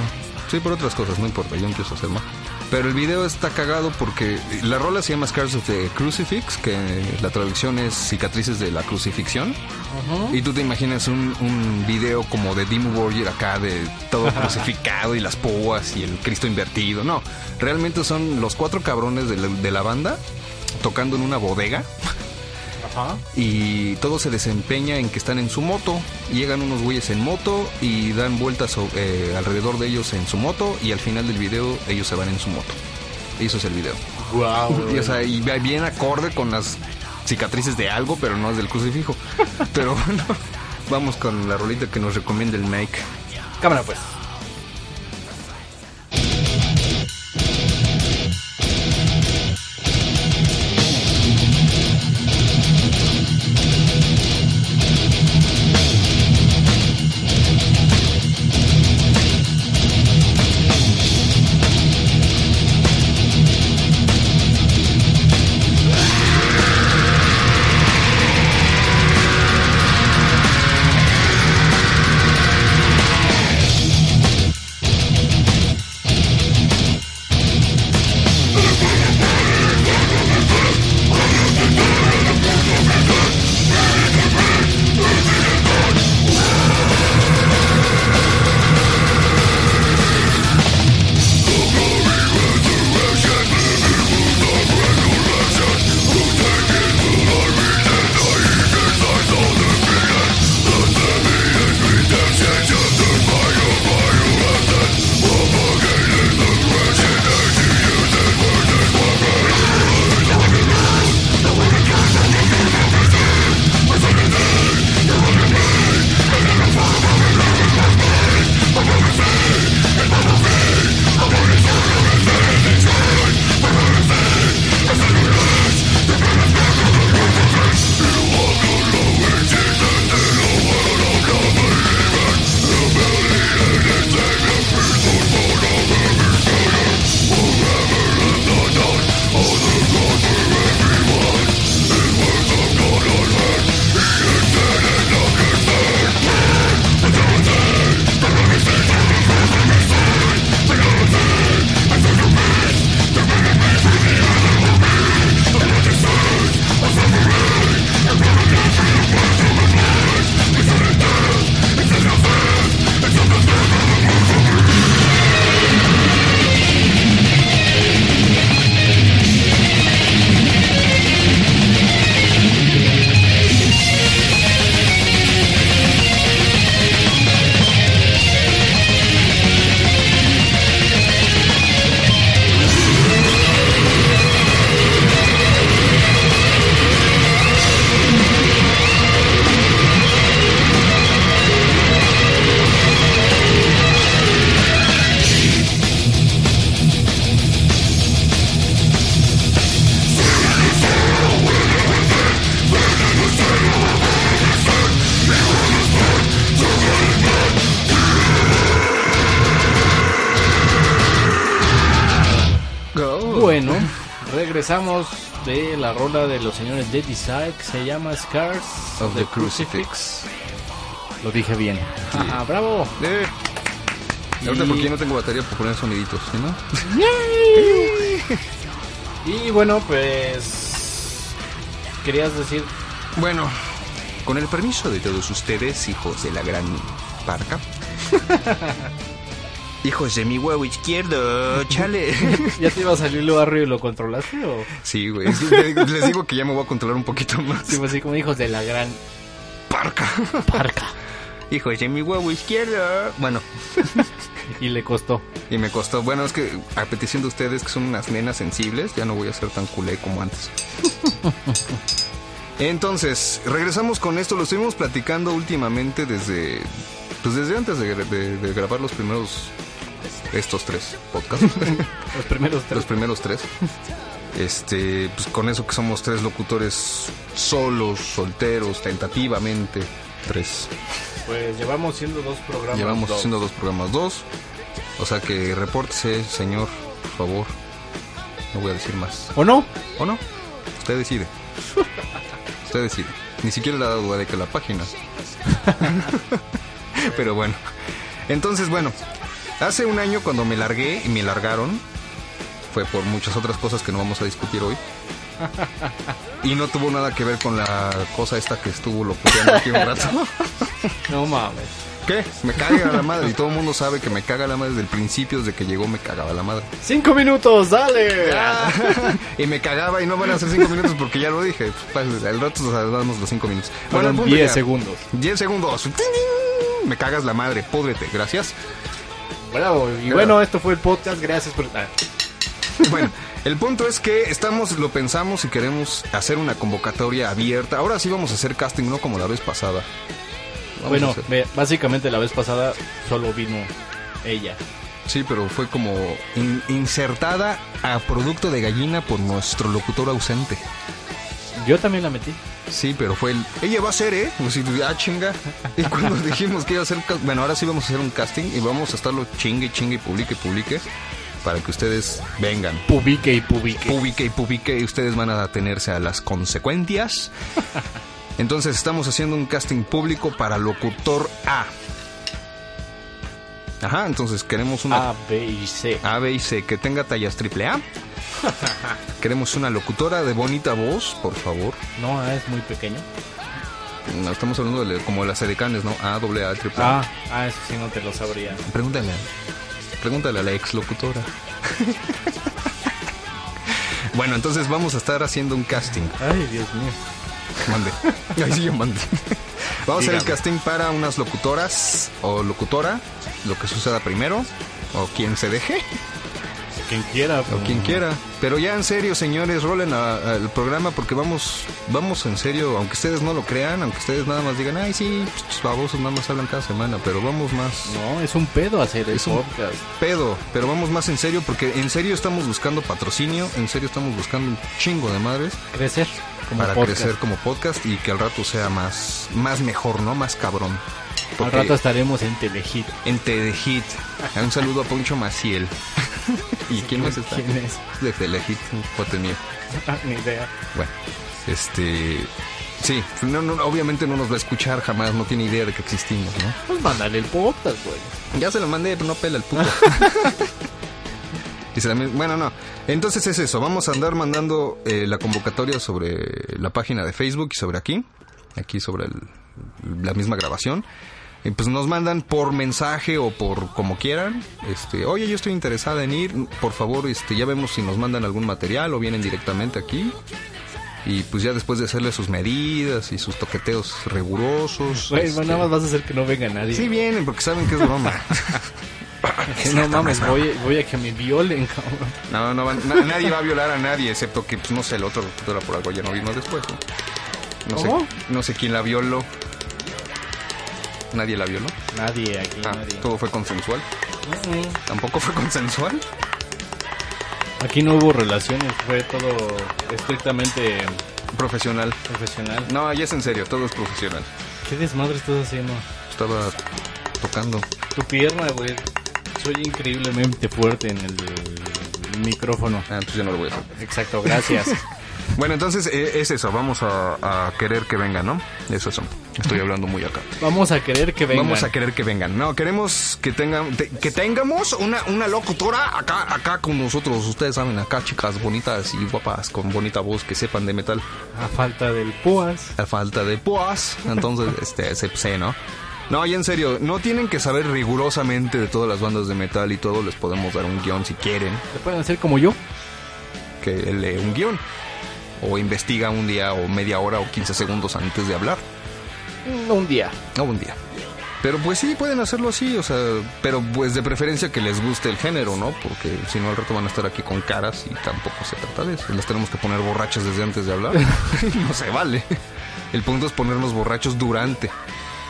[SPEAKER 2] Sí, por otras cosas, no importa, yo empiezo a hacer más. Pero el video está cagado porque eh, la rola se llama Scars of the Crucifix, que la traducción es Cicatrices de la Crucifixión. Y tú te imaginas un, un video como de Dim Warrior acá, de todo crucificado y las púas y el Cristo invertido. No, realmente son los cuatro cabrones de la, de la banda tocando en una bodega
[SPEAKER 1] Ajá.
[SPEAKER 2] y todo se desempeña en que están en su moto. Llegan unos güeyes en moto y dan vueltas so- eh, alrededor de ellos en su moto y al final del video ellos se van en su moto. Eso es el video.
[SPEAKER 1] Wow.
[SPEAKER 2] Y, o sea, y va bien acorde con las cicatrices de algo, pero no es del crucifijo. Pero bueno, vamos con la rolita que nos recomienda el Mike.
[SPEAKER 1] Cámara, pues. bueno, regresamos de la rola de los señores de Isaac. Se llama Scars
[SPEAKER 2] Of the Crucifix.
[SPEAKER 1] Lo dije bien. Ajá, bravo.
[SPEAKER 2] Eh.
[SPEAKER 1] Y-
[SPEAKER 2] Ahorita porque yo no tengo batería para poner soniditos, ¿sí, ¿no?
[SPEAKER 1] Y bueno, pues. Querías decir.
[SPEAKER 2] Bueno, con el permiso de todos ustedes, hijos de la gran parca. hijos de mi huevo izquierdo, chale.
[SPEAKER 1] ¿Ya te iba a salir lo barrio y lo controlaste? ¿O
[SPEAKER 2] sí, güey. sí, le- les digo que ya me voy a controlar un poquito más.
[SPEAKER 1] tipo así como hijos de la gran
[SPEAKER 2] Parca.
[SPEAKER 1] parca?
[SPEAKER 2] Hijos de mi huevo izquierdo. Bueno,
[SPEAKER 1] Y le costó.
[SPEAKER 2] y me costó. Bueno, es que a petición de ustedes, que son unas nenas sensibles, ya no voy a ser tan culé como antes. Entonces, regresamos con esto. Lo estuvimos platicando últimamente desde. Pues desde antes de, de- de grabar los primeros. Estos tres podcasts.
[SPEAKER 1] Los primeros
[SPEAKER 2] los
[SPEAKER 1] tres.
[SPEAKER 2] primeros tres. Este, pues con eso que somos tres locutores solos, solteros, tentativamente. Tres.
[SPEAKER 1] Pues llevamos siendo dos programas.
[SPEAKER 2] Llevamos
[SPEAKER 1] dos.
[SPEAKER 2] haciendo dos programas, dos. O sea que repórtese, señor, por favor. No voy a decir más.
[SPEAKER 1] ¿O no?
[SPEAKER 2] ¿O no? Usted decide. Usted decide. Ni siquiera le ha dado duda de que la página. Pero bueno. Entonces, bueno. Hace un año cuando me largué y me largaron, fue por muchas otras cosas que no vamos a discutir hoy. Y no tuvo nada que ver con la cosa esta que estuvo locuteando aquí un rato.
[SPEAKER 1] No mames.
[SPEAKER 2] ¿Qué? Me caga la madre. Y todo el mundo sabe que me caga la madre desde el principio, desde que llegó me cagaba la madre.
[SPEAKER 1] ¡Cinco minutos! ¡Dale!
[SPEAKER 2] Ah. y me cagaba y no van a ser cinco minutos porque ya lo dije. Pues, el rato nos damos los cinco minutos. Bueno, el
[SPEAKER 1] Fueron
[SPEAKER 2] punto
[SPEAKER 1] 10
[SPEAKER 2] ya.
[SPEAKER 1] segundos.
[SPEAKER 2] 10 segundos. ¡Ting, ting! Me cagas la madre, pódrete, gracias.
[SPEAKER 1] Bravo. Y
[SPEAKER 2] Claro.
[SPEAKER 1] bueno, esto fue el podcast. Gracias por. Ah,
[SPEAKER 2] Bueno, el punto es que estamos, lo pensamos y queremos hacer una convocatoria abierta. Ahora sí vamos a hacer casting, no como la vez pasada. Vamos a
[SPEAKER 1] bueno,
[SPEAKER 2] hacer-
[SPEAKER 1] ve, básicamente la vez pasada solo vino ella.
[SPEAKER 2] Sí, pero fue como in- insertada a producto de gallina por nuestro locutor ausente.
[SPEAKER 1] Yo también la metí.
[SPEAKER 2] Sí, pero fue el. Ella va a ser, ¿eh? Pues, y- ah, chinga. Y cuando dijimos que iba a ser. ca- Bueno, ahora sí vamos a hacer un casting y vamos a estarlo chingue, chingue, publique, publique. Para que ustedes vengan.
[SPEAKER 1] Publique y publique.
[SPEAKER 2] Publique y publique y ustedes van a atenerse a las consecuencias. Entonces estamos haciendo un casting público para locutor A. Ajá, entonces queremos una.
[SPEAKER 1] A, B y C.
[SPEAKER 2] A, B y C, que tenga tallas triple A. Queremos una locutora de bonita voz, por favor.
[SPEAKER 1] No, A es muy pequeño.
[SPEAKER 2] No, estamos hablando de como las edecanes, ¿no? A, doble A, triple A.
[SPEAKER 1] Ah, ah, eso sí no te lo sabría.
[SPEAKER 2] Pregúntale, a- pregúntale a la ex locutora. bueno, entonces vamos a estar haciendo un casting.
[SPEAKER 1] Ay, Dios mío.
[SPEAKER 2] Mande. Ahí sí yo mandé. Vamos a hacer el
[SPEAKER 1] Dígame.
[SPEAKER 2] casting para unas locutoras o locutora, lo que suceda primero, o quien se deje,
[SPEAKER 1] Quien quiera.
[SPEAKER 2] o quien quiera. pues, Pero ya en serio, señores, rolen a- al programa porque vamos, vamos en serio, aunque ustedes no lo crean, aunque ustedes nada más digan, ay sí, pues, babosos nada más hablan cada semana, pero vamos más.
[SPEAKER 1] No, es un pedo hacer el
[SPEAKER 2] Es un-
[SPEAKER 1] podcast.
[SPEAKER 2] pedo, pero vamos más en serio porque en serio estamos buscando patrocinio, en serio estamos buscando un chingo de madres
[SPEAKER 1] Crecer como
[SPEAKER 2] para
[SPEAKER 1] podcast.
[SPEAKER 2] crecer como podcast y que al rato sea más, más mejor, ¿no? Más cabrón.
[SPEAKER 1] Al
[SPEAKER 2] Porque
[SPEAKER 1] rato estaremos en Telehit.
[SPEAKER 2] en Telehit. Un saludo a Poncho Maciel. ¿Y quién más está?
[SPEAKER 1] ¿Quién es?
[SPEAKER 2] De Telehit, un cuate mío.
[SPEAKER 1] Ah, Ni idea.
[SPEAKER 2] Bueno, este... Sí, no, no, obviamente no nos va a escuchar jamás, no tiene idea de que existimos, ¿no?
[SPEAKER 1] Pues mándale el podcast, güey.
[SPEAKER 2] Ya se lo mandé, pero no pela el puto. Y se la- bueno, no. Entonces es eso. Vamos a andar mandando eh, la convocatoria sobre la página de Facebook y sobre aquí. Aquí sobre el- la misma grabación. Y pues nos mandan por mensaje o por como quieran. Este, oye, yo estoy interesada en ir. Por favor, este, ya vemos si nos mandan algún material o vienen directamente aquí. Y pues ya después de hacerle sus medidas y sus toqueteos rigurosos.
[SPEAKER 1] Güey,
[SPEAKER 2] este,
[SPEAKER 1] nada más vas a hacer que no venga nadie.
[SPEAKER 2] Sí vienen porque saben que es broma.
[SPEAKER 1] Que no mames, voy, voy a que me violen, cabrón.
[SPEAKER 2] No, no van- na- nadie va a violar a nadie, excepto que, pues, no sé, el otro era por algo ya no vino después. No, No
[SPEAKER 1] ¿Cómo?
[SPEAKER 2] sé, no sé quién la violó. Nadie la violó.
[SPEAKER 1] Nadie aquí,
[SPEAKER 2] Ah,
[SPEAKER 1] nadie.
[SPEAKER 2] todo fue consensual. Tampoco fue consensual.
[SPEAKER 1] Aquí no hubo relaciones, fue todo estrictamente
[SPEAKER 2] Profesional.
[SPEAKER 1] profesional.
[SPEAKER 2] No, ya es en serio, todo es profesional.
[SPEAKER 1] ¿Qué desmadre estás haciendo?
[SPEAKER 2] Estaba tocando.
[SPEAKER 1] Tu pierna, güey. Soy increíblemente fuerte en el micrófono.
[SPEAKER 2] Ah, entonces yo no lo voy a hacer.
[SPEAKER 1] Exacto, gracias.
[SPEAKER 2] Bueno, entonces eh, es eso, vamos a, a querer que vengan, ¿no? Eso es. Estoy hablando muy acá.
[SPEAKER 1] Vamos a querer que vengan.
[SPEAKER 2] Vamos a querer que vengan. No, queremos que tengan te- que tengamos una, una locutora acá acá con nosotros. Ustedes saben, acá chicas bonitas y guapas con bonita voz que sepan de metal.
[SPEAKER 1] A falta del púas.
[SPEAKER 2] A falta de púas, entonces este se se, ¿no? No, y en serio, no tienen que saber rigurosamente de todas las bandas de metal y todo, les podemos dar un guión si quieren,
[SPEAKER 1] ¿Le pueden hacer como yo?
[SPEAKER 2] que lee un guión. O investiga un día o media hora o 15 segundos antes de hablar.
[SPEAKER 1] Mm, Un día.
[SPEAKER 2] No, un día. Pero pues sí, pueden hacerlo así, o sea, pero pues de preferencia que les guste el género, ¿no? Porque si no al rato van a estar aquí con caras y tampoco se trata de eso. Las tenemos que poner borrachas desde antes de hablar. no se vale. El punto es ponernos borrachos durante.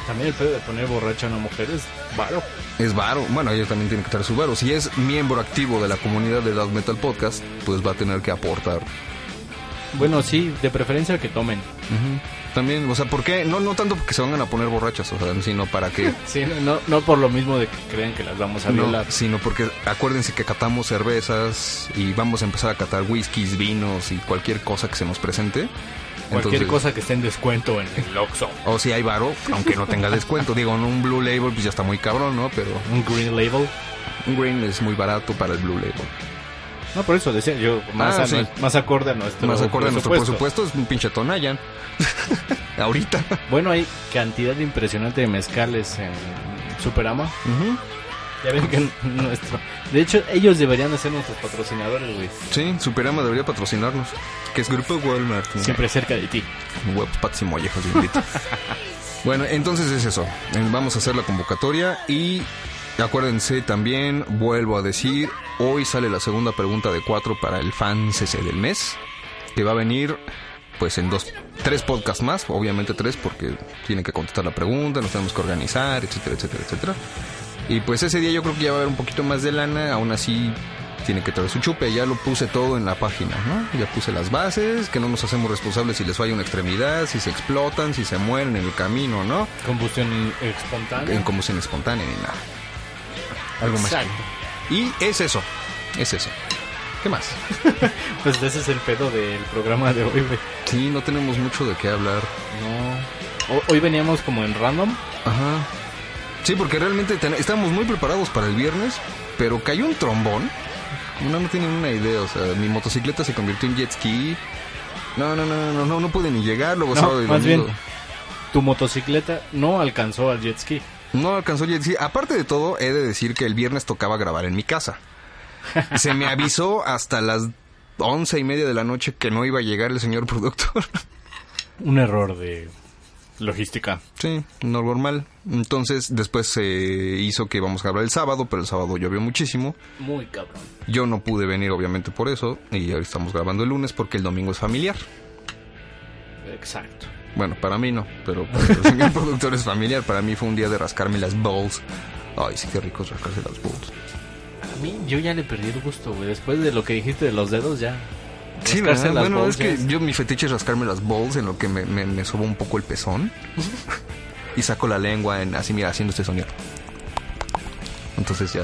[SPEAKER 1] También el pedo de poner borracha a una mujer es varo.
[SPEAKER 2] Es varo. Bueno, ellos también tienen que traer su varo. Si es miembro activo de la comunidad de Death Metal Podcast, pues va a tener que aportar.
[SPEAKER 1] Bueno, sí, de preferencia que tomen.
[SPEAKER 2] También, o sea, ¿por qué? No, no tanto porque se van a poner borrachas, o sea, sino para que
[SPEAKER 1] Sí, no, no por lo mismo de que crean que las vamos a
[SPEAKER 2] No,
[SPEAKER 1] violar.
[SPEAKER 2] sino porque acuérdense que catamos cervezas y vamos a empezar a catar whiskies, vinos y cualquier cosa que se nos presente.
[SPEAKER 1] Cualquier
[SPEAKER 2] Entonces,
[SPEAKER 1] cosa que esté en descuento en el Oxxo.
[SPEAKER 2] O si hay varo, aunque no tenga descuento. Digo, en un Blue Label pues ya está muy cabrón, ¿no? Pero
[SPEAKER 1] Un Green Label.
[SPEAKER 2] un Green es muy barato para el Blue Label.
[SPEAKER 1] No, por eso decía yo, más,
[SPEAKER 2] Ah,
[SPEAKER 1] a-
[SPEAKER 2] sí.
[SPEAKER 1] más acorde a nuestro
[SPEAKER 2] Más acorde a nuestro presupuesto es un pinche Tonayan. Ahorita.
[SPEAKER 1] Bueno, hay cantidad impresionante de mezcales en Superama.
[SPEAKER 2] Ujú.
[SPEAKER 1] Ya ven que nuestro... De hecho, ellos deberían de ser nuestros patrocinadores, güey.
[SPEAKER 2] Sí, Superama debería patrocinarnos. Que es Grupo Walmart. ¿no?
[SPEAKER 1] Siempre cerca de ti.
[SPEAKER 2] Web Patsy Mollejos, yo invito. bueno, entonces es eso. Eh, Vamos a hacer la convocatoria y acuérdense también, vuelvo a decir, hoy sale la segunda pregunta de cuatro para el fan CC del mes, que va a venir pues en dos, tres podcasts más, obviamente tres porque tienen que contestar la pregunta, nos tenemos que organizar, etcétera, etcétera, etcétera. Y pues ese día yo creo que ya va a haber un poquito más de lana, aún así tiene que traer su chupe, ya lo puse todo en la página, ¿no? Ya puse las bases, que no nos hacemos responsables si les falla una extremidad, si se explotan, si se mueren en el camino, ¿no?
[SPEAKER 1] Combustión espontánea.
[SPEAKER 2] En combustión espontánea ni nada. Algo más.
[SPEAKER 1] Exacto.
[SPEAKER 2] Y es eso, es eso. ¿Qué más?
[SPEAKER 1] Pues ese es el pedo del programa de hoy, güey.
[SPEAKER 2] Sí, no tenemos mucho de qué hablar.
[SPEAKER 1] No. Ho- Hoy veníamos como en random.
[SPEAKER 2] Ajá. Sí, porque realmente ten- estábamos muy preparados para el viernes, pero cayó un trombón. No, no tienen una idea, o sea, mi motocicleta se convirtió en jet ski. No, no, no, no, no, no, no pude ni llegar, luego
[SPEAKER 1] No,
[SPEAKER 2] sábado y
[SPEAKER 1] más
[SPEAKER 2] domingo.
[SPEAKER 1] bien. Tu motocicleta no alcanzó al jet ski.
[SPEAKER 2] No alcanzó jet ski. Aparte de todo, he de decir que el viernes tocaba grabar en mi casa. Se me avisó hasta las once y media de la noche que no iba a llegar el señor productor.
[SPEAKER 1] Un error de logística.
[SPEAKER 2] Sí, no normal. Entonces, después se hizo que íbamos a grabar el sábado, pero el sábado llovió muchísimo.
[SPEAKER 1] Muy cabrón.
[SPEAKER 2] Yo no pude venir, obviamente, por eso. Y ahora estamos grabando el lunes porque el domingo es familiar.
[SPEAKER 1] Exacto.
[SPEAKER 2] Bueno, para mí no, pero para el señor productor es familiar. Para mí fue un día de rascarme las balls. Ay, sí, qué rico es rascarse las balls.
[SPEAKER 1] A mí, yo ya le perdí el gusto, güey. Después de lo que dijiste de los dedos, ya.
[SPEAKER 2] Sí,
[SPEAKER 1] Rascarse
[SPEAKER 2] ¿verdad?
[SPEAKER 1] las
[SPEAKER 2] Bueno,
[SPEAKER 1] balls ¿eh?
[SPEAKER 2] es que
[SPEAKER 1] ya
[SPEAKER 2] yo mi fetiche es rascarme las balls en lo que me, me, me sobo un poco el pezón. y saco la lengua en, así, mira, haciendo este sonido. Entonces ya...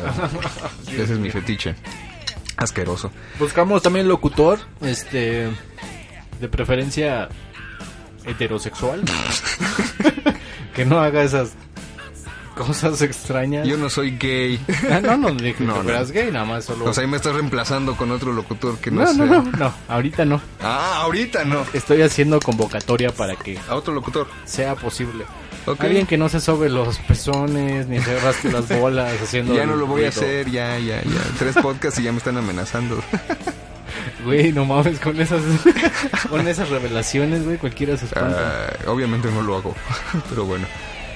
[SPEAKER 2] ese es mi fetiche. Asqueroso.
[SPEAKER 1] Buscamos también locutor, este, de preferencia heterosexual, que no haga esas cosas extrañas.
[SPEAKER 2] Yo no soy gay.
[SPEAKER 1] Ah, no, no dije
[SPEAKER 2] No,
[SPEAKER 1] que
[SPEAKER 2] no.
[SPEAKER 1] fueras gay, nada más solo.
[SPEAKER 2] O sea, ahí me estás reemplazando con otro locutor que no,
[SPEAKER 1] no,
[SPEAKER 2] sé.
[SPEAKER 1] no, no, no, ahorita no.
[SPEAKER 2] Ah, ahorita no.
[SPEAKER 1] Estoy haciendo convocatoria para que
[SPEAKER 2] A otro locutor.
[SPEAKER 1] sea posible.
[SPEAKER 2] Ok.
[SPEAKER 1] Alguien que no se sobe los pezones ni se rasque las bolas haciendo.
[SPEAKER 2] ya no lo voy
[SPEAKER 1] ruido.
[SPEAKER 2] a hacer, ya, ya, ya. Tres podcasts y ya me están amenazando.
[SPEAKER 1] Güey, no mames con esas, con esas revelaciones, güey, cualquiera se espanta.
[SPEAKER 2] Ah, obviamente no lo hago, pero bueno.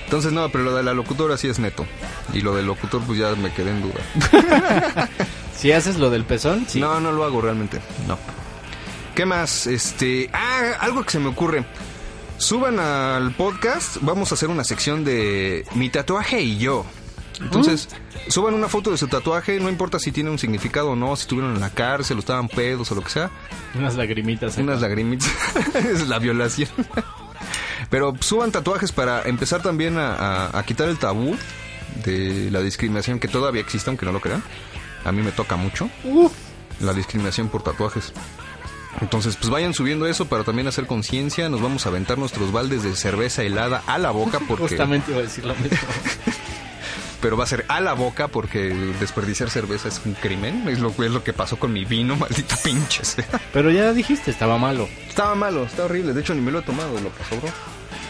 [SPEAKER 2] Entonces, no, pero lo de la locutora sí es neto. Y lo del locutor, pues ya me quedé en duda.
[SPEAKER 1] Si haces lo del pezón, sí.
[SPEAKER 2] No, no lo hago realmente. No. ¿Qué más? Este. Ah, algo que se me ocurre. Suban al podcast, vamos a hacer una sección de mi tatuaje y yo. Entonces, suban una foto de su tatuaje, no importa si tiene un significado o no, si estuvieron en la cárcel o estaban pedos o lo que sea.
[SPEAKER 1] Unas lagrimitas.
[SPEAKER 2] Unas lagrimitas. es la violación. Pero suban tatuajes para empezar también a, a- a quitar el tabú de la discriminación que todavía existe, aunque no lo crean. A mí me toca mucho.
[SPEAKER 1] Uf,
[SPEAKER 2] la discriminación por tatuajes. Entonces, pues vayan subiendo eso para también hacer conciencia. Nos vamos a aventar nuestros baldes de cerveza helada a la boca porque...
[SPEAKER 1] Justamente iba a decir lo mismo.
[SPEAKER 2] pero va a ser a la boca porque desperdiciar cerveza es un crimen. Es lo, es lo que pasó con mi vino, maldita pinche sea.
[SPEAKER 1] Pero ya dijiste, estaba malo.
[SPEAKER 2] Estaba malo, está horrible. De hecho, ni me lo he tomado, lo que sobró.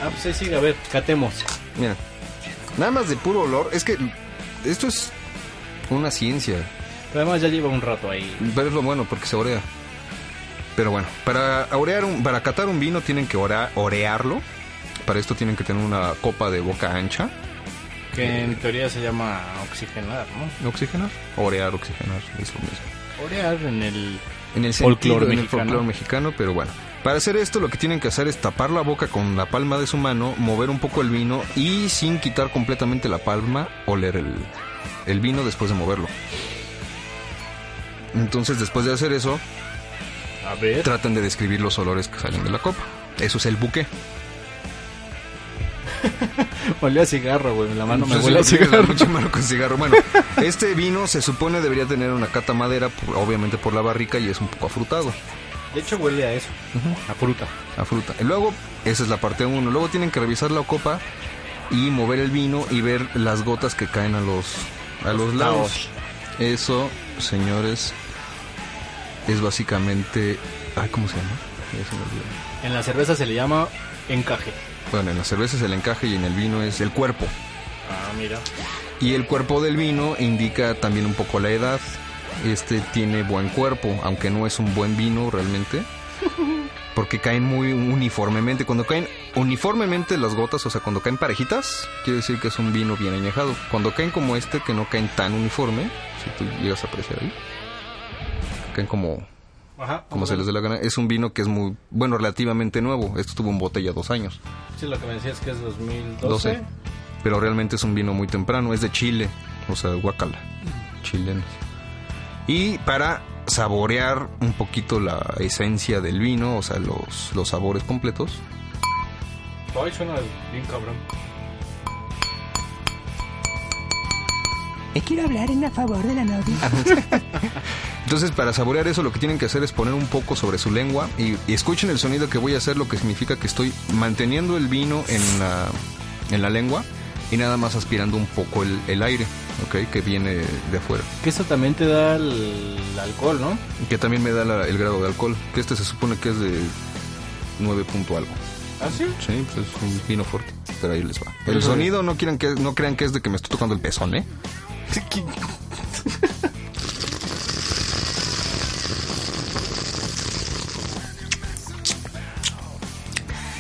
[SPEAKER 1] Ah, pues ahí sigue, a ver, catemos.
[SPEAKER 2] Mira, nada más de puro olor. Es que esto es una ciencia.
[SPEAKER 1] Pero además ya lleva un rato ahí.
[SPEAKER 2] Pero es lo bueno porque se orea. Pero bueno, para orear un- para catar un vino tienen que ora- orearlo. Para esto tienen que tener una copa de boca ancha.
[SPEAKER 1] Que en teoría se llama oxigenar, ¿no?
[SPEAKER 2] Oxigenar. Orear, oxigenar, es lo mismo.
[SPEAKER 1] Orear en el...
[SPEAKER 2] en el
[SPEAKER 1] Folclor
[SPEAKER 2] folclore mexicano.
[SPEAKER 1] mexicano.
[SPEAKER 2] folclore mexicano, pero bueno. Para hacer esto lo que tienen que hacer es tapar la boca con la palma de su mano, mover un poco el vino y sin quitar completamente la palma, oler el, el vino después de moverlo. Entonces después de hacer eso,
[SPEAKER 1] A ver.
[SPEAKER 2] tratan de describir los olores que salen de la copa. Eso es el buque.
[SPEAKER 1] Olía a cigarro, güey. La mano me
[SPEAKER 2] Entonces,
[SPEAKER 1] huele a
[SPEAKER 2] sí, la
[SPEAKER 1] cigarro.
[SPEAKER 2] pinche mano con cigarro. Bueno, este vino se supone debería tener una cata madera, por- obviamente por la barrica y es un poco afrutado.
[SPEAKER 1] De hecho huele a eso. A fruta.
[SPEAKER 2] la fruta. Y luego, esa es la parte 1. Luego tienen que revisar la copa y mover el vino y ver las gotas que caen a los, a los lados. Eso, señores, es básicamente. Ay, ¿Cómo se llama? Ya se me olvidó.
[SPEAKER 1] En la cerveza se le llama encaje.
[SPEAKER 2] Bueno, en la cerveza es el encaje y en el vino es el cuerpo.
[SPEAKER 1] Ah, mira.
[SPEAKER 2] Y el cuerpo del vino indica también un poco la edad. Este tiene buen cuerpo, aunque no es un buen vino realmente. Porque caen muy uniformemente. Cuando caen uniformemente las gotas, o sea, cuando caen parejitas, quiere decir que es un vino bien añejado. Cuando caen como este, que no caen tan uniforme, si tú llegas a apreciar ahí, caen como,
[SPEAKER 1] Ajá.
[SPEAKER 2] como
[SPEAKER 1] vamos a
[SPEAKER 2] se les dé la gana. Es un vino que es muy, bueno, relativamente nuevo. Esto tuvo en botella dos años.
[SPEAKER 1] ver. Sí, lo que me decías que es 2012.
[SPEAKER 2] 12. Pero realmente es un vino muy temprano, es de Chile, o sea, guacala, chilenos. Y para saborear un poquito la esencia del vino, o sea, los, los sabores completos,
[SPEAKER 1] Ay, suena bien cabrón.
[SPEAKER 3] Eh, Quiero hablar en a favor de la novia.
[SPEAKER 2] Entonces, para saborear eso, lo que tienen que hacer es poner un poco sobre su lengua y, y escuchen el sonido que voy a hacer, lo que significa que estoy manteniendo el vino en la, en la lengua y nada más aspirando un poco el, el aire, ¿ok? Que viene de afuera.
[SPEAKER 1] Que eso también te da el, alcohol, ¿no?
[SPEAKER 2] Que también me da la- el grado de alcohol, que este se supone que es de 9 punto algo.
[SPEAKER 1] ¿Ah, sí?
[SPEAKER 2] Sí, pues es un vino fuerte, pero ahí les va. El sonido no quieran que no crean que es de que me estoy tocando el pezón, ¿eh?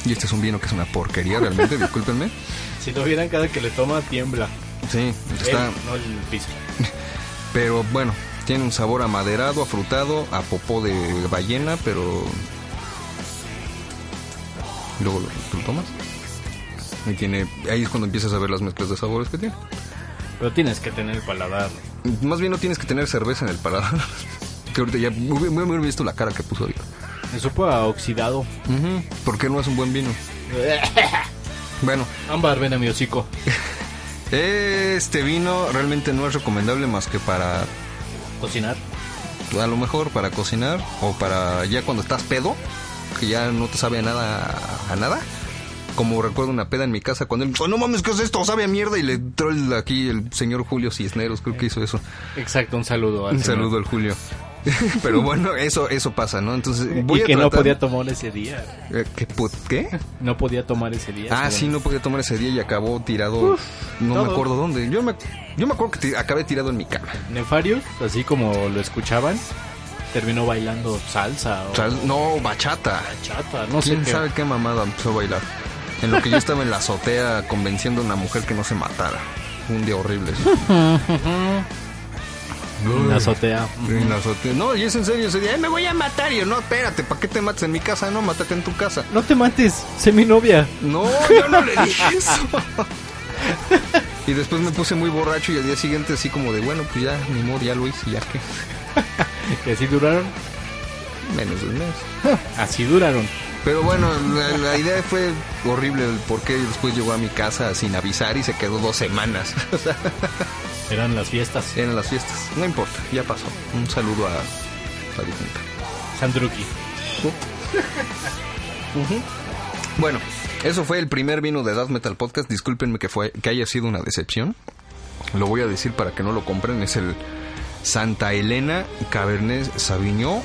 [SPEAKER 2] Y este es un vino que es una porquería realmente, discúlpenme.
[SPEAKER 1] Si lo vieran cada que le toma, tiembla.
[SPEAKER 2] Sí, está,
[SPEAKER 1] Él, no el piso.
[SPEAKER 2] pero bueno, tiene un sabor amaderado, afrutado, a popó de ballena, pero luego lo, tú lo tomas. Y tiene, ahí es cuando empiezas a ver las mezclas de sabores que tiene.
[SPEAKER 1] Pero tienes que tener el paladar.
[SPEAKER 2] Más bien no tienes que tener cerveza en el paladar. que ahorita ya me hubiera me hubiera visto la cara que puso ahorita.
[SPEAKER 1] Me supo a oxidado.
[SPEAKER 2] Porque no es un buen vino. Bueno,
[SPEAKER 1] Ámbar, ven a mi hocico.
[SPEAKER 2] este vino realmente no es recomendable más que para
[SPEAKER 1] Cocinar.
[SPEAKER 2] a lo mejor para cocinar o para ya cuando estás pedo, que ya no te sabe a nada, a nada. Como recuerdo una peda en mi casa cuando él me dijo, no mames, ¿qué es esto? Sabe a mierda. Y le entró el- aquí el señor Julio Cisneros, creo que hizo eso.
[SPEAKER 1] Exacto, un saludo. al
[SPEAKER 2] Un
[SPEAKER 1] señor.
[SPEAKER 2] saludo al Julio. Pero bueno, eso, eso pasa, ¿no? Entonces, voy
[SPEAKER 1] y
[SPEAKER 2] a
[SPEAKER 1] que no
[SPEAKER 2] tratar-
[SPEAKER 1] podía tomar ese día.
[SPEAKER 2] Eh, ¿Qué? put- ¿Qué?
[SPEAKER 1] No podía tomar ese día.
[SPEAKER 2] Ah, sí, no podía tomar ese día y acabó tirado. no me
[SPEAKER 1] todo.
[SPEAKER 2] acuerdo dónde. Yo me, yo me acuerdo que ti- acabé tirado en mi cama.
[SPEAKER 1] Nefarius, así como lo escuchaban, terminó bailando salsa o
[SPEAKER 2] O sea, no, bachata.
[SPEAKER 1] chata, no sé
[SPEAKER 2] ¿Quién
[SPEAKER 1] qué.
[SPEAKER 2] sabe qué mamada empezó a bailar? En lo que yo estaba en la azotea convenciendo a una mujer que no se matara. Fue un día horrible. eso.
[SPEAKER 1] En la azotea.
[SPEAKER 2] En la azotea. No, y es en serio ese día. "Ay, me voy a matar. Y yo, no, espérate, ¿para qué te matas en mi casa? No, mátate en tu casa.
[SPEAKER 1] No te mates, sé mi novia.
[SPEAKER 2] No, yo no le dije eso. Y después me puse muy borracho y al día siguiente así como de, bueno, pues ya, ni modo, ya lo hice, ya que.
[SPEAKER 1] Y así duraron.
[SPEAKER 2] Menos de un mes.
[SPEAKER 1] Así duraron.
[SPEAKER 2] Pero bueno, la, la idea fue horrible el por qué después llegó a mi casa sin avisar y se quedó dos semanas. O sea,
[SPEAKER 1] Eran las fiestas.
[SPEAKER 2] eran las fiestas. No importa, ya pasó. Un saludo a haz de cuenta.
[SPEAKER 1] Sandruki.
[SPEAKER 2] Bueno, eso fue el primer vino de Death Metal Podcast. Discúlpenme que, fue, que haya sido una decepción. Lo voy a decir para que no lo compren. Es el Santa Elena Cabernet Sauvignon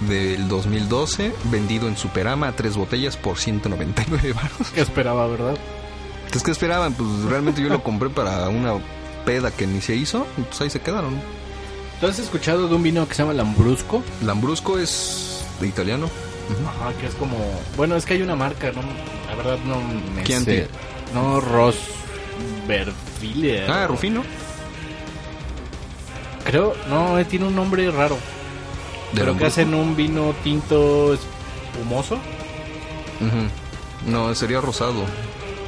[SPEAKER 2] del 2012, vendido en Superama a tres botellas por 199 baros.
[SPEAKER 1] ¿Qué esperaba, verdad?
[SPEAKER 2] Entonces, ¿qué esperaban? Pues realmente yo lo compré para una peda que ni se hizo. Y pues ahí se quedaron.
[SPEAKER 1] ¿Tú has escuchado de un vino que se llama Lambrusco?
[SPEAKER 2] Lambrusco es de italiano.
[SPEAKER 1] Ajá, que es como... Bueno, es que hay una marca, ¿no? La verdad no me
[SPEAKER 2] Chianti.
[SPEAKER 1] sé. No, Ross...
[SPEAKER 2] Ah, Rufino.
[SPEAKER 1] Creo... No, eh, tiene un nombre raro.
[SPEAKER 2] de
[SPEAKER 1] pero que
[SPEAKER 2] Lambrusco.
[SPEAKER 1] hacen un vino tinto espumoso.
[SPEAKER 2] Ujú. No, sería rosado.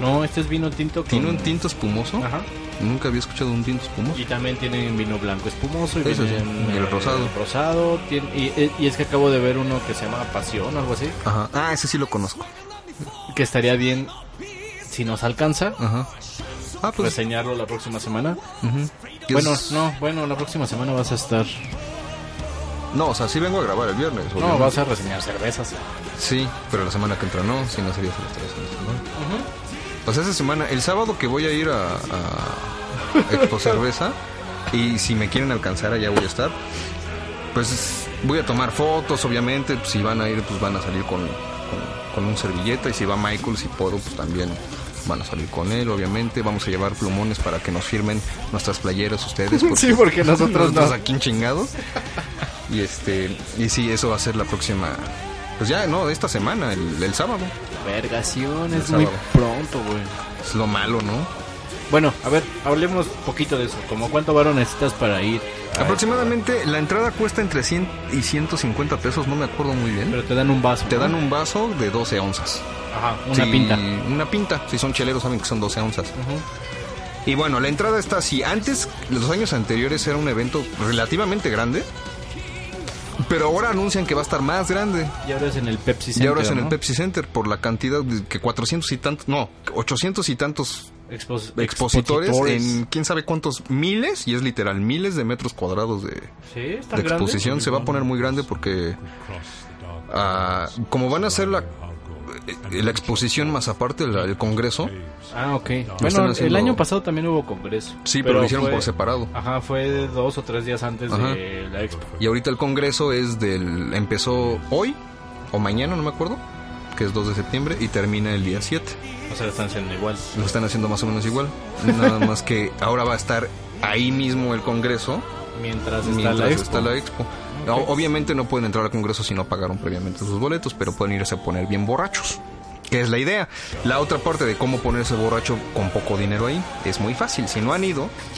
[SPEAKER 1] No, este es vino tinto con-
[SPEAKER 2] ¿Tiene un tinto espumoso?
[SPEAKER 1] Ajá.
[SPEAKER 2] Nunca había escuchado un tinto espumoso.
[SPEAKER 1] Y también tienen vino blanco espumoso y
[SPEAKER 2] Eso sí,
[SPEAKER 1] tienen,
[SPEAKER 2] y el
[SPEAKER 1] eh,
[SPEAKER 2] rosado.
[SPEAKER 1] rosado, tien- y, y- y es que acabo de ver uno que se llama Pasión o algo así.
[SPEAKER 2] Ajá. Ah, ese sí lo conozco.
[SPEAKER 1] Que estaría bien, si nos alcanza,
[SPEAKER 2] Ajá. Ah, pues.
[SPEAKER 1] reseñarlo la próxima semana.
[SPEAKER 2] ujú. Y
[SPEAKER 1] Bueno,
[SPEAKER 2] es-
[SPEAKER 1] no, bueno, la próxima semana vas a estar.
[SPEAKER 2] No, o sea, sí vengo a grabar el viernes.
[SPEAKER 1] No,
[SPEAKER 2] obviamente.
[SPEAKER 1] vas a reseñar cervezas.
[SPEAKER 2] Sí, pero la semana que entra no, si no sería hasta las tres de la semana. O sea, esa semana, el sábado que voy a ir a, a Expo Cerveza, y si me quieren alcanzar allá voy a estar, pues voy a tomar fotos, obviamente, si van a ir, pues van a salir con, con, con un servilleta, y si va Michael, si puedo, pues también van a salir con él, obviamente, vamos a llevar plumones para que nos firmen nuestras playeras ustedes.
[SPEAKER 1] Sí, porque nosotros no.
[SPEAKER 2] aquí en chingados. Y este, y sí, eso va a ser la próxima. Pues ya, no, esta semana, el, el sábado.
[SPEAKER 1] Vergación,
[SPEAKER 2] El
[SPEAKER 1] es muy
[SPEAKER 2] sábado.
[SPEAKER 1] pronto, güey.
[SPEAKER 2] Es lo malo, ¿no?
[SPEAKER 1] Bueno, a ver, hablemos poquito de eso. Como cuánto varo necesitas para ir. a
[SPEAKER 2] Aproximadamente la entrada cuesta entre 100 y 150 pesos, no me acuerdo muy
[SPEAKER 1] esto?
[SPEAKER 2] bien.
[SPEAKER 1] Pero te dan un vaso.
[SPEAKER 2] Te
[SPEAKER 1] ¿no?
[SPEAKER 2] dan un vaso de 12 onzas.
[SPEAKER 1] Ajá, una
[SPEAKER 2] Sí,
[SPEAKER 1] pinta.
[SPEAKER 2] Una pinta. Si son cheleros, saben que son 12 onzas. Y bueno, la entrada está así. Antes, los años anteriores, era un evento relativamente grande. Pero ahora anuncian que va a estar más grande.
[SPEAKER 1] Y ahora es en el Pepsi
[SPEAKER 2] Y
[SPEAKER 1] Center,
[SPEAKER 2] ahora es en el
[SPEAKER 1] ¿no?
[SPEAKER 2] Pepsi Center por la cantidad de que 400 y tantos, no, 800 y tantos
[SPEAKER 1] Expos-
[SPEAKER 2] expositores, en quién sabe cuántos miles, y es literal miles de metros cuadrados de,
[SPEAKER 1] Sí, está
[SPEAKER 2] de
[SPEAKER 1] grande.
[SPEAKER 2] exposición. Se va a poner muy grande porque ah, como van a hacer la, eh, la exposición más aparte la- el Congreso,
[SPEAKER 1] Ah, ok.
[SPEAKER 2] están
[SPEAKER 1] Bueno, el
[SPEAKER 2] haciendo-
[SPEAKER 1] año pasado también hubo congreso.
[SPEAKER 2] sí, pero, lo hicieron
[SPEAKER 1] fue-
[SPEAKER 2] por separado.
[SPEAKER 1] Ajá, fue dos o tres días antes
[SPEAKER 2] Ajá.
[SPEAKER 1] de la expo.
[SPEAKER 2] Y ahorita el Congreso es del... empezó hoy o mañana, no me acuerdo, que es 2 de septiembre, y termina el día 7.
[SPEAKER 1] O sea, están haciendo igual.
[SPEAKER 2] lo están haciendo más o menos igual. Nada más que ahora va a estar ahí mismo el Congreso
[SPEAKER 1] Mientras,
[SPEAKER 2] mientras
[SPEAKER 1] está la expo.
[SPEAKER 2] está la expo. O- Obviamente no pueden entrar al Congreso si no pagaron previamente sus boletos, pero pueden irse a poner bien borrachos, que es la idea. La otra parte de cómo ponerse borracho con poco dinero ahí es muy fácil. Si no han ido,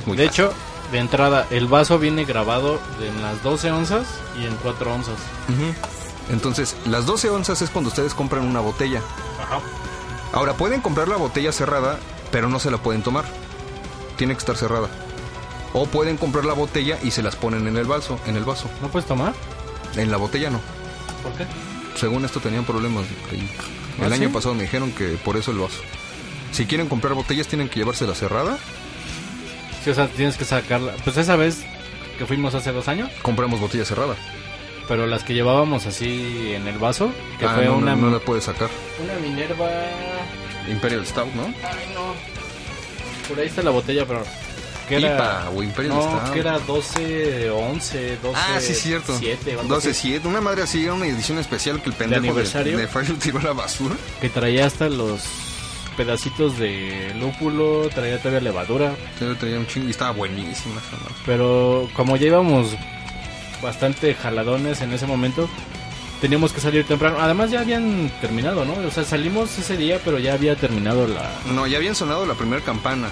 [SPEAKER 2] es muy
[SPEAKER 1] de
[SPEAKER 2] fácil.
[SPEAKER 1] hecho, de entrada, el vaso viene grabado en las 12 onzas y en 4 onzas.
[SPEAKER 2] Ujú. Entonces, las 12 onzas es cuando ustedes compran una botella.
[SPEAKER 1] Ajá.
[SPEAKER 2] Ahora, pueden comprar la botella cerrada, pero no se la pueden tomar. Tiene que estar cerrada. O pueden comprar la botella y se las ponen en el vaso, en el vaso.
[SPEAKER 1] ¿No puedes tomar?
[SPEAKER 2] En la botella no.
[SPEAKER 1] ¿Por qué?
[SPEAKER 2] Según esto tenían problemas. ahí. El
[SPEAKER 1] ¿Ah,
[SPEAKER 2] año
[SPEAKER 1] sí?
[SPEAKER 2] pasado me dijeron que por eso el vaso. Si quieren comprar botellas tienen que llevársela cerrada.
[SPEAKER 1] Sí, o sea, tienes que sacarla. Pues esa vez que fuimos hace dos años,
[SPEAKER 2] Compramos botella cerrada.
[SPEAKER 1] pero las que llevábamos así en el vaso, que
[SPEAKER 2] Ah,
[SPEAKER 1] fue
[SPEAKER 2] no, no,
[SPEAKER 1] una,
[SPEAKER 2] no la puedes sacar.
[SPEAKER 1] una Minerva...
[SPEAKER 2] Imperial Stout, ¿no?
[SPEAKER 1] Ay, no. Por ahí está la botella, pero. ¿Qué
[SPEAKER 2] IPA o Imperial
[SPEAKER 1] No,
[SPEAKER 2] Stout.
[SPEAKER 1] que era 12, 11, 12.
[SPEAKER 2] Ah, sí, cierto.
[SPEAKER 1] 7,
[SPEAKER 2] 12, 7. Una madre así, era una edición especial que el pendejo de,
[SPEAKER 1] aniversario?
[SPEAKER 2] de Fire tiró a la basura.
[SPEAKER 1] Que traía hasta los pedacitos de lúpulo, traía todavía levadura.
[SPEAKER 2] Yo traía un chingo y estaba buenísima esa madre.
[SPEAKER 1] Pero como ya íbamos bastante jaladones en ese momento, teníamos que salir temprano. Además, ya habían terminado, ¿no? O sea, salimos ese día, pero ya había terminado la.
[SPEAKER 2] No, ya habían sonado la primera campana.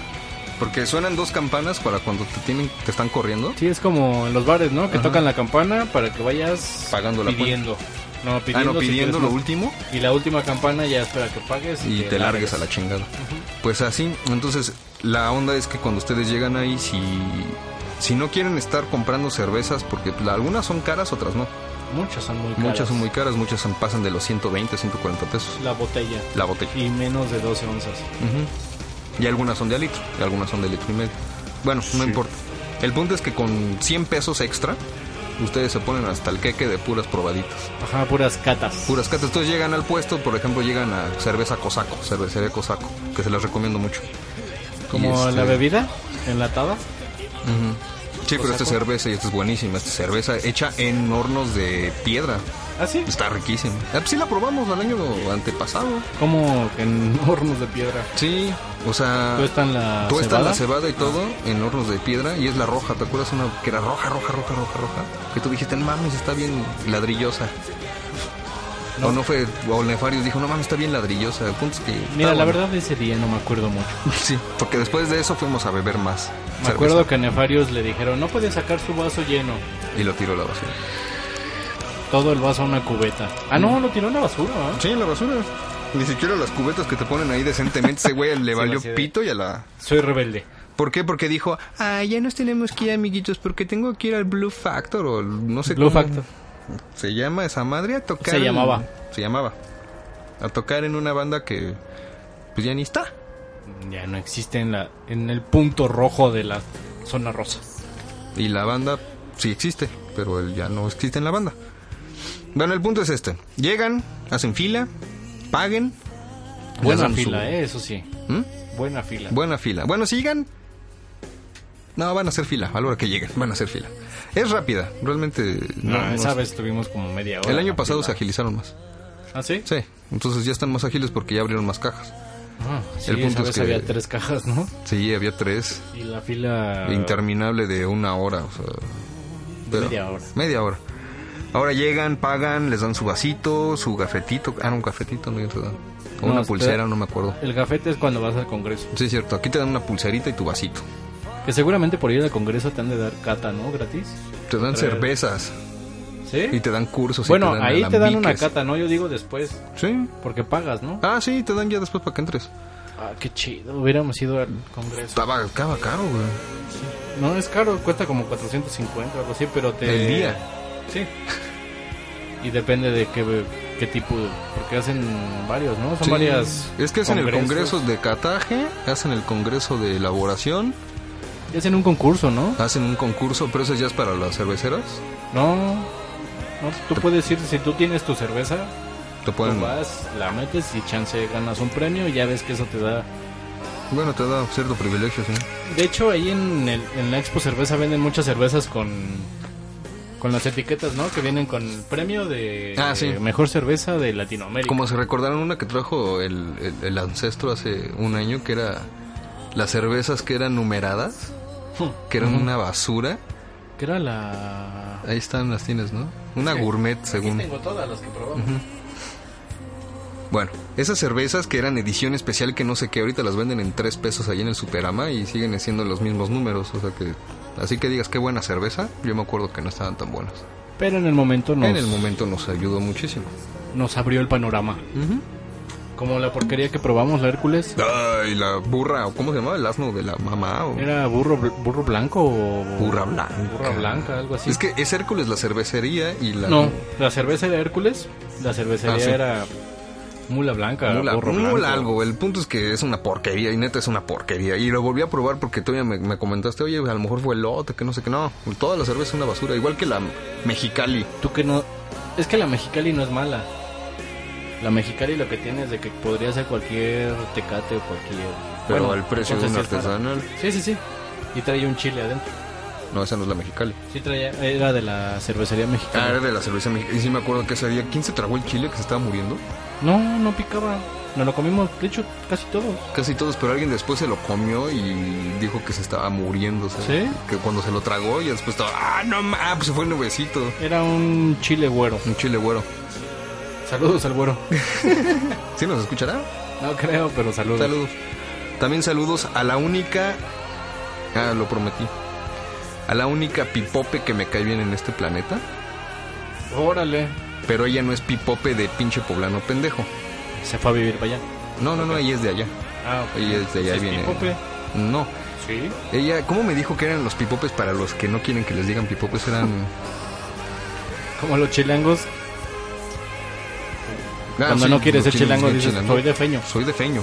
[SPEAKER 2] Porque suenan dos campanas para cuando te tienen, te están corriendo.
[SPEAKER 1] Sí, es como en los bares, ¿no? Que
[SPEAKER 2] Ajá.
[SPEAKER 1] tocan la campana para que vayas
[SPEAKER 2] Pagando la
[SPEAKER 1] pidiendo. No,
[SPEAKER 2] ah,
[SPEAKER 1] pidiendo,
[SPEAKER 2] no,
[SPEAKER 1] si
[SPEAKER 2] pidiendo
[SPEAKER 1] quieres
[SPEAKER 2] lo
[SPEAKER 1] más.
[SPEAKER 2] último
[SPEAKER 1] Y la última campana ya espera que pagues
[SPEAKER 2] y te largues a la chingada. Pues así, entonces la onda es que cuando ustedes llegan ahí, si, si no quieren estar comprando cervezas, porque pues, algunas son caras, otras no.
[SPEAKER 1] Muchas son muy caras.
[SPEAKER 2] Muchas son muy caras, muchas son- pasan de los 120, 140 pesos
[SPEAKER 1] La botella.
[SPEAKER 2] la botella.
[SPEAKER 1] Y menos de 12 onzas.
[SPEAKER 2] Ujú. Y algunas son de a litro, y algunas son de litro y medio. Bueno, no importa. El punto es que con 100 pesos extra ustedes se ponen hasta el queque de puras probaditas.
[SPEAKER 1] Ajá, puras catas.
[SPEAKER 2] Puras catas. Entonces llegan al puesto, por ejemplo, llegan a cerveza cosaco, cervecería cosaco, que se las recomiendo mucho.
[SPEAKER 1] Como
[SPEAKER 2] Y, este,
[SPEAKER 1] la bebida enlatada.
[SPEAKER 2] Sí,
[SPEAKER 1] Pues
[SPEAKER 2] pero esta es cerveza y esta es buenísima. Esta es cerveza hecha en hornos de piedra.
[SPEAKER 1] Ah, sí.
[SPEAKER 2] Está riquísima. Ah, pues sí la probamos el año antepasado.
[SPEAKER 1] Como en hornos de piedra.
[SPEAKER 2] Sí, o sea...
[SPEAKER 1] Tuestan la
[SPEAKER 2] Tuestan
[SPEAKER 1] cebada.
[SPEAKER 2] Ah.
[SPEAKER 1] Ah.
[SPEAKER 2] la cebada y todo en hornos de piedra y es la roja, ¿te acuerdas una que era roja, roja, roja, roja, roja? Que tú dijiste, no mames, está bien ladrillosa. O no fue, o Nefarius dijo, no mames, está bien ladrillosa. El punto es que...
[SPEAKER 1] Mira,
[SPEAKER 2] está
[SPEAKER 1] la
[SPEAKER 2] bueno.
[SPEAKER 1] verdad ese día no me acuerdo mucho.
[SPEAKER 2] Sí, porque después de eso fuimos a beber más.
[SPEAKER 1] Me
[SPEAKER 2] cerveza,
[SPEAKER 1] acuerdo que a Nefarius le dijeron, no puede sacar su vaso lleno.
[SPEAKER 2] Y lo tiró a la basura.
[SPEAKER 1] Todo el vaso a una cubeta. Ah,
[SPEAKER 2] Mm.
[SPEAKER 1] no, lo tiró en la basura. ¿eh?
[SPEAKER 2] Sí, la basura. Ni siquiera las cubetas que te ponen ahí decentemente, ese güey le valió
[SPEAKER 1] así de-
[SPEAKER 2] pito y a la...
[SPEAKER 1] Soy rebelde.
[SPEAKER 2] ¿Por qué? Porque dijo, ah, ya nos tenemos que ir, amiguitos, porque tengo que ir al Blue Factor o el- no sé
[SPEAKER 1] Blue
[SPEAKER 2] cómo
[SPEAKER 1] Factor.
[SPEAKER 2] Se llama esa madre a tocar.
[SPEAKER 1] Se
[SPEAKER 2] en-
[SPEAKER 1] llamaba.
[SPEAKER 2] se llamaba. A tocar en una banda que pues ya ni está.
[SPEAKER 1] Ya no existe en, la, en el punto rojo de la zona rosa.
[SPEAKER 2] Y la banda sí existe, pero él ya no existe en la banda. Bueno, el punto es este. Llegan, hacen fila, paguen.
[SPEAKER 1] Buena
[SPEAKER 2] ganan su-
[SPEAKER 1] fila, eh, eso sí.
[SPEAKER 2] ¿Mm?
[SPEAKER 1] Buena fila.
[SPEAKER 2] Buena fila. Bueno, sigan. No, van a hacer fila. A la hora que lleguen, van a hacer fila. Es rápida, realmente.
[SPEAKER 1] No,
[SPEAKER 2] No, no
[SPEAKER 1] Ah, esa
[SPEAKER 2] es-
[SPEAKER 1] vez tuvimos como media hora.
[SPEAKER 2] El año
[SPEAKER 1] la
[SPEAKER 2] pasado se
[SPEAKER 1] fila.
[SPEAKER 2] agilizaron más.
[SPEAKER 1] ¿Ah, sí?
[SPEAKER 2] Sí, entonces ya están más ágiles porque ya abrieron más cajas.
[SPEAKER 1] Ah, sí,
[SPEAKER 2] El
[SPEAKER 1] esa
[SPEAKER 2] punto es
[SPEAKER 1] vez
[SPEAKER 2] que-
[SPEAKER 1] había tres cajas, ¿no?
[SPEAKER 2] Sí, había tres.
[SPEAKER 1] Y la fila...
[SPEAKER 2] interminable de una hora. o sea,
[SPEAKER 1] Media hora.
[SPEAKER 2] Media hora. Ahora llegan, pagan, les dan su vasito, su gafetito. Ah, no, un cafetito, no, te dan. O
[SPEAKER 1] No,
[SPEAKER 2] una
[SPEAKER 1] te-
[SPEAKER 2] pulsera, no me acuerdo.
[SPEAKER 1] El gafete es cuando vas al congreso.
[SPEAKER 2] Sí, es cierto. Aquí te dan una pulserita y tu vasito.
[SPEAKER 1] Que seguramente por ir al congreso te han de dar cata, ¿no? Gratis.
[SPEAKER 2] Te dan
[SPEAKER 1] Tres.
[SPEAKER 2] cervezas
[SPEAKER 1] ¿Sí?
[SPEAKER 2] y te dan cursos. y
[SPEAKER 1] Eh. bueno, ahí te dan una
[SPEAKER 2] alambiques.
[SPEAKER 1] cata, ¿no? Yo digo después,
[SPEAKER 2] Sí.
[SPEAKER 1] porque pagas, ¿no?
[SPEAKER 2] Ah, sí, te dan ya después para que entres.
[SPEAKER 1] Ah, qué chido, hubiéramos ido al congreso.
[SPEAKER 2] Estaba, estaba caro, güey.
[SPEAKER 1] No, es caro, cuesta como 450 o algo así, pero te...
[SPEAKER 2] El día.
[SPEAKER 1] Sí. Y depende de qué, qué tipo, de- porque hacen varios, ¿no? Son
[SPEAKER 2] Sí.
[SPEAKER 1] varias...
[SPEAKER 2] Es que hacen el
[SPEAKER 1] congresos.
[SPEAKER 2] congreso de cataje, hacen el congreso de elaboración,
[SPEAKER 1] Y hacen un concurso, ¿no?
[SPEAKER 2] hacen un concurso, pero eso ya es para las cerveceras.
[SPEAKER 1] No, no, tú puedes ir, si tú tienes tu cerveza,
[SPEAKER 2] Te
[SPEAKER 1] tú
[SPEAKER 2] pueden
[SPEAKER 1] vas, la metes y chance ganas un premio y ya ves que eso te da...
[SPEAKER 2] Bueno, te da cierto privilegio, sí.
[SPEAKER 1] De hecho, ahí en, el- en la Expo Cerveza venden muchas cervezas con, con las etiquetas, ¿no? Que vienen con el premio de
[SPEAKER 2] Ah, sí.
[SPEAKER 1] eh, mejor cerveza de Latinoamérica.
[SPEAKER 2] Como se recordaron una que trajo el, el- el ancestro hace un año, que era las cervezas que eran numeradas,
[SPEAKER 1] Hmm.
[SPEAKER 2] que eran una basura.
[SPEAKER 1] Que era la...
[SPEAKER 2] Ahí están las tienes, ¿no? Una gourmet, según.
[SPEAKER 1] Tengo todas las que probamos.
[SPEAKER 2] Bueno, esas cervezas que eran edición especial que no sé qué, ahorita las venden en tres pesos ahí en el Superama y siguen siendo los mismos números, o sea que... Así que digas qué buena cerveza, yo me acuerdo que no estaban tan buenas.
[SPEAKER 1] Pero en el momento nos,
[SPEAKER 2] En el momento nos ayudó muchísimo.
[SPEAKER 1] nos abrió el panorama. Como la porquería que probamos, la Hércules.
[SPEAKER 2] Ay, la burra, o ¿cómo se llamaba? El asno de la mamá. O...
[SPEAKER 1] ¿Era burro, bl- burro blanco o...?
[SPEAKER 2] Burra blanca.
[SPEAKER 1] Burra blanca, algo así.
[SPEAKER 2] Es que es Hércules la cervecería y la...
[SPEAKER 1] No, la cerveza era Hércules, la cervecería
[SPEAKER 2] Ah, sí.
[SPEAKER 1] era mula blanca,
[SPEAKER 2] Mula,
[SPEAKER 1] burro
[SPEAKER 2] mula
[SPEAKER 1] blanco.
[SPEAKER 2] algo, el punto es que es una porquería y neta es una porquería. Y lo volví a probar porque todavía me, me comentaste, oye, a lo mejor fue elote, que no sé qué, no. Toda la cerveza es una basura, igual que la Mexicali.
[SPEAKER 1] Tú que no... Es que la mexicali no es mala. La mexicali lo que tiene es de que podría ser cualquier tecate o cualquier...
[SPEAKER 2] Pero
[SPEAKER 1] bueno,
[SPEAKER 2] al precio de un
[SPEAKER 1] entonces sí es cara.
[SPEAKER 2] artesanal.
[SPEAKER 1] Sí, sí, sí. Y traía un chile adentro.
[SPEAKER 2] No, esa no es la Mexicali.
[SPEAKER 1] Sí, traía... Era de la cervecería
[SPEAKER 2] Ah,
[SPEAKER 1] mexicana.
[SPEAKER 2] era de la cerveza mexicana. Y sí me acuerdo que ese día, ¿quién se tragó el chile que se estaba muriendo?
[SPEAKER 1] No, no picaba. Nos lo comimos, de hecho, casi todos.
[SPEAKER 2] Casi todos, pero alguien después se lo comió y dijo que se estaba muriendo. o sea,
[SPEAKER 1] ¿Sí?
[SPEAKER 2] Que cuando se lo tragó y después estaba, ah, no, ma, ah, pues se fue el nubecito.
[SPEAKER 1] Era un chile güero.
[SPEAKER 2] Un chile güero.
[SPEAKER 1] Saludos al güero.
[SPEAKER 2] ¿Sí nos escuchará?
[SPEAKER 1] No creo, pero saludos.
[SPEAKER 2] Saludos. También saludos a la única. Ah, lo prometí. A la única pipope que me cae bien en este planeta.
[SPEAKER 1] Órale.
[SPEAKER 2] Pero ella no es pipope de pinche poblano pendejo.
[SPEAKER 1] Se fue a vivir para allá.
[SPEAKER 2] No, no, no, ella es de allá.
[SPEAKER 1] Ah, ok.
[SPEAKER 2] Ella es de allá,
[SPEAKER 1] ¿Es
[SPEAKER 2] viene.
[SPEAKER 1] pipope?
[SPEAKER 2] No.
[SPEAKER 1] Sí.
[SPEAKER 2] Ella, ¿cómo me dijo que eran los pipopes para los que no quieren que les digan pipopes? Eran.
[SPEAKER 1] Como los chilangos.
[SPEAKER 2] Ah,
[SPEAKER 1] Cuando
[SPEAKER 2] sí,
[SPEAKER 1] no quieres
[SPEAKER 2] los
[SPEAKER 1] ser
[SPEAKER 2] chilenos
[SPEAKER 1] chilango,
[SPEAKER 2] bien
[SPEAKER 1] dices,
[SPEAKER 2] chilangos.
[SPEAKER 1] soy de feño.
[SPEAKER 2] Soy de feño.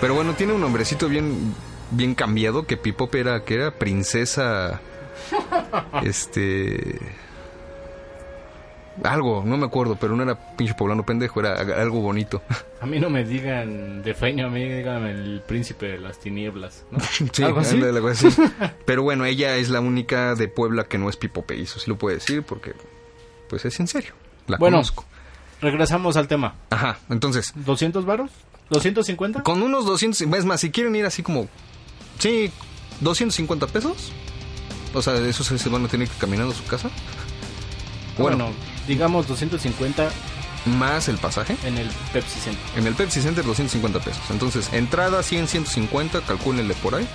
[SPEAKER 2] Pero bueno, tiene un nombrecito bien, bien cambiado que Pipope era, que era princesa. este. Algo, no me acuerdo, pero no era pinche poblano pendejo, era algo bonito.
[SPEAKER 1] A mí no me digan de feño, a mí díganme el príncipe de las tinieblas, ¿no?
[SPEAKER 2] Sí,
[SPEAKER 1] Algo así.
[SPEAKER 2] ándale, algo así. Pero bueno, ella es la única de Puebla que no es pipopeizo, sí lo puedo decir porque pues es en serio. La
[SPEAKER 1] Bueno.
[SPEAKER 2] conozco.
[SPEAKER 1] Regresamos al tema.
[SPEAKER 2] Ajá, entonces,
[SPEAKER 1] ¿200 varos? ¿250?
[SPEAKER 2] con unos 200, es más, si quieren ir así como sí, 250 pesos. O sea, de esos se van a tener que ir caminando a su casa.
[SPEAKER 1] Ah, Bueno, digamos 250
[SPEAKER 2] Más el pasaje.
[SPEAKER 1] en el Pepsi Center.
[SPEAKER 2] En el Pepsi Center 250 pesos. Entonces, entrada 100, 150, calcúlenle por ahí.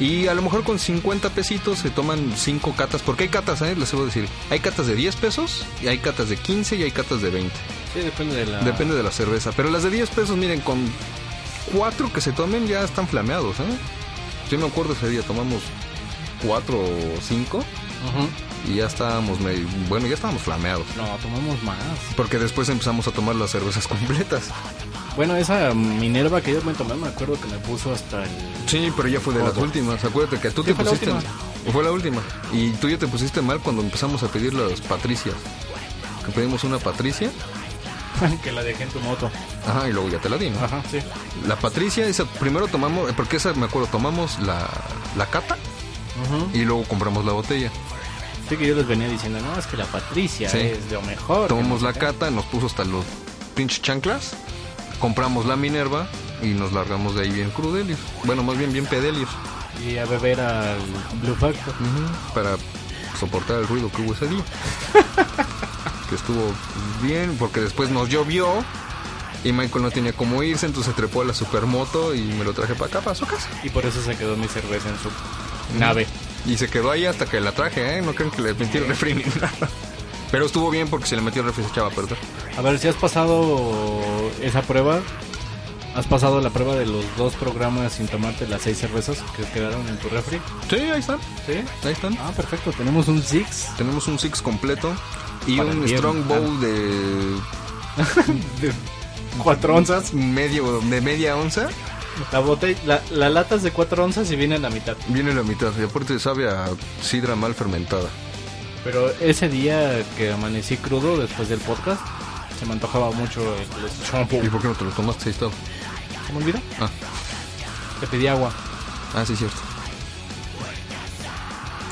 [SPEAKER 2] Y a lo mejor con 50 pesitos se toman 5 catas, porque hay catas, ¿eh? les debo decir. Hay catas de 10 pesos, y hay catas de 15 y hay catas de 20.
[SPEAKER 1] Sí, depende de la...
[SPEAKER 2] Depende de la cerveza. Pero las de 10 pesos, miren, con 4 que se tomen ya están flameados. ¿eh? Yo me acuerdo ese día, tomamos 4 o 5
[SPEAKER 1] Ujú.
[SPEAKER 2] y ya estábamos, medio- bueno, ya estábamos flameados.
[SPEAKER 1] No, tomamos más.
[SPEAKER 2] Porque después empezamos a tomar las cervezas completas.
[SPEAKER 1] Bueno, esa Minerva que yo me tomé, me acuerdo que me puso hasta el...
[SPEAKER 2] Sí, pero ya fue de las
[SPEAKER 1] Ojo.
[SPEAKER 2] últimas. Acuérdate que tú
[SPEAKER 1] Sí,
[SPEAKER 2] te
[SPEAKER 1] fue la
[SPEAKER 2] pusiste.
[SPEAKER 1] última.
[SPEAKER 2] Fue la última. Y tú ya te pusiste mal cuando empezamos a pedir las patricias. Que pedimos una patricia.
[SPEAKER 1] que la dejé en tu moto.
[SPEAKER 2] Ajá, y luego ya te la di, ¿no?
[SPEAKER 1] Ajá, sí.
[SPEAKER 2] La patricia, esa primero tomamos. eh, Porque esa, me acuerdo, tomamos la, la cata. Y luego compramos la botella.
[SPEAKER 1] Sí que yo les venía diciendo, no, es que la Patricia
[SPEAKER 2] Sí.
[SPEAKER 1] es de lo mejor.
[SPEAKER 2] Tomamos la cata, nos puso hasta los pinches chanclas. Compramos la Minerva. Y nos largamos de ahí bien crudelios. Bueno, más bien bien pedelios.
[SPEAKER 1] Y a beber al Blue Factor.
[SPEAKER 2] Ujú, para soportar el ruido que hubo ese día. que estuvo bien, porque después nos llovió y Michael no tenía cómo irse, entonces se trepó a la supermoto y me lo traje para acá, para su casa.
[SPEAKER 1] Y por eso se quedó mi cerveza en su nave.
[SPEAKER 2] Y se quedó ahí hasta que la traje, ¿eh? No creen que le metí el refri ni nada. Pero estuvo bien porque si le metió el refri se echaba a perder.
[SPEAKER 1] A ver, si has pasado esa prueba, has pasado la prueba de los dos programas sin tomarte las seis cervezas que quedaron en tu refri.
[SPEAKER 2] Sí, ahí están,
[SPEAKER 1] Sí.
[SPEAKER 2] ahí están.
[SPEAKER 1] Ah, perfecto, tenemos un Six
[SPEAKER 2] Tenemos un six completo y
[SPEAKER 1] Para
[SPEAKER 2] un
[SPEAKER 1] el viernes,
[SPEAKER 2] strong bowl de
[SPEAKER 1] de cuatro onzas.
[SPEAKER 2] medio de media onza.
[SPEAKER 1] La botella, la, la lata es de cuatro onzas y viene en la mitad.
[SPEAKER 2] Viene la mitad y aparte sabe a sidra mal fermentada.
[SPEAKER 1] Pero ese día que amanecí crudo después del podcast, se me antojaba mucho el el shampoo.
[SPEAKER 2] ¿Y por qué no te lo tomaste ahí estaba?
[SPEAKER 1] ¿Se me olvidó?
[SPEAKER 2] Ah.
[SPEAKER 1] Te pedí agua.
[SPEAKER 2] Ah, sí, cierto.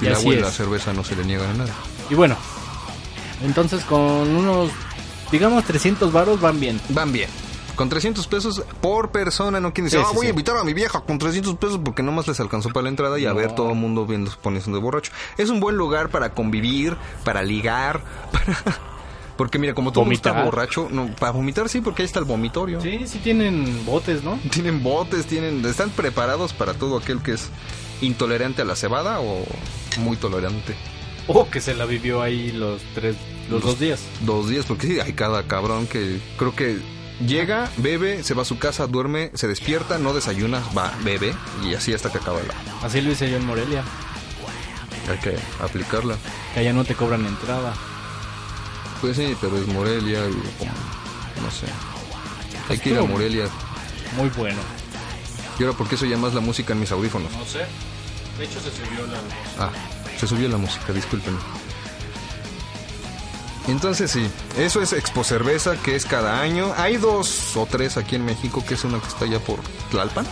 [SPEAKER 1] Y
[SPEAKER 2] el
[SPEAKER 1] así
[SPEAKER 2] agua y
[SPEAKER 1] es.
[SPEAKER 2] la cerveza no se le niegan a nada.
[SPEAKER 1] Y bueno, entonces con unos, digamos 300 varos van bien.
[SPEAKER 2] Van bien. Con 300 pesos por persona, no quien dice,
[SPEAKER 1] Sí,
[SPEAKER 2] ah,
[SPEAKER 1] sí,
[SPEAKER 2] voy
[SPEAKER 1] sí.
[SPEAKER 2] a invitar a mi vieja con 300 pesos porque nomás les alcanzó para la entrada y a ver todo el mundo viendo, poniéndose de borracho. Es un buen lugar para convivir, para ligar, para... Porque mira, como todo el mundo está
[SPEAKER 1] Vomitar.
[SPEAKER 2] borracho, no, para vomitar sí, porque ahí está el vomitorio.
[SPEAKER 1] Sí, sí tienen botes, ¿no?
[SPEAKER 2] Tienen botes, tienen, están preparados para todo aquel que es intolerante a la cebada o muy tolerante.
[SPEAKER 1] O que se la vivió ahí los tres, los dos días.
[SPEAKER 2] dos días, porque sí, hay cada cabrón que creo que llega, bebe, se va a su casa, duerme, se despierta, no desayuna, va, bebe, y así hasta que acaba la.
[SPEAKER 1] Así lo hice yo en Morelia,
[SPEAKER 2] Hay que aplicarla.
[SPEAKER 1] que allá no te cobran entrada.
[SPEAKER 2] Pues sí, pero es Morelia y como, no sé. Hay que ir a Morelia.
[SPEAKER 1] Muy bueno.
[SPEAKER 2] ¿Y ahora por qué soy más la música en mis audífonos?
[SPEAKER 1] No sé. De hecho se subió la
[SPEAKER 2] Ah, se subió la música, discúlpenme. Entonces sí, eso es Expo Cerveza, que es cada año. Hay dos o tres aquí en México, que es una que está allá por Tlalpan.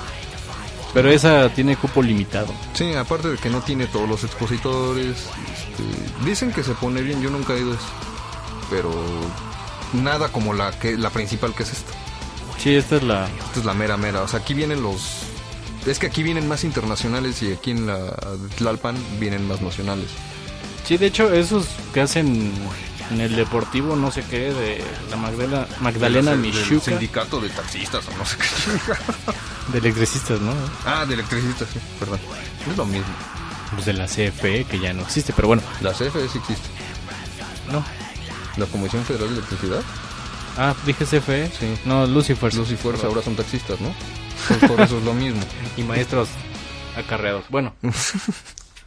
[SPEAKER 1] Pero esa tiene cupo limitado.
[SPEAKER 2] Sí, aparte de que no tiene todos los expositores. este, dicen que se pone bien, yo nunca he ido a eso. Pero nada como la que la principal que es esta.
[SPEAKER 1] Sí, esta es la...
[SPEAKER 2] Esta es la mera mera. O sea, aquí vienen los. Es que aquí vienen más internacionales y aquí en la de Tlalpan vienen más nacionales.
[SPEAKER 1] Sí, de hecho, esos que hacen en el deportivo, no sé qué, de la Magdalena, Magdalena
[SPEAKER 2] Del- Del
[SPEAKER 1] Michuca. De
[SPEAKER 2] sindicato de taxistas o no sé qué.
[SPEAKER 1] electricistas, ¿no?
[SPEAKER 2] ah, de electricistas, sí, perdón. Es lo mismo.
[SPEAKER 1] Pues de la CFE, que ya no existe, pero bueno.
[SPEAKER 2] La CFE sí existe.
[SPEAKER 1] No.
[SPEAKER 2] La Comisión Federal de Electricidad.
[SPEAKER 1] Ah, dije CFE.
[SPEAKER 2] Sí.
[SPEAKER 1] No, Lucifer.
[SPEAKER 2] Luz y Fuerza ahora son taxistas, ¿no? Pues por eso es lo mismo.
[SPEAKER 1] Y maestros acarreados. Bueno.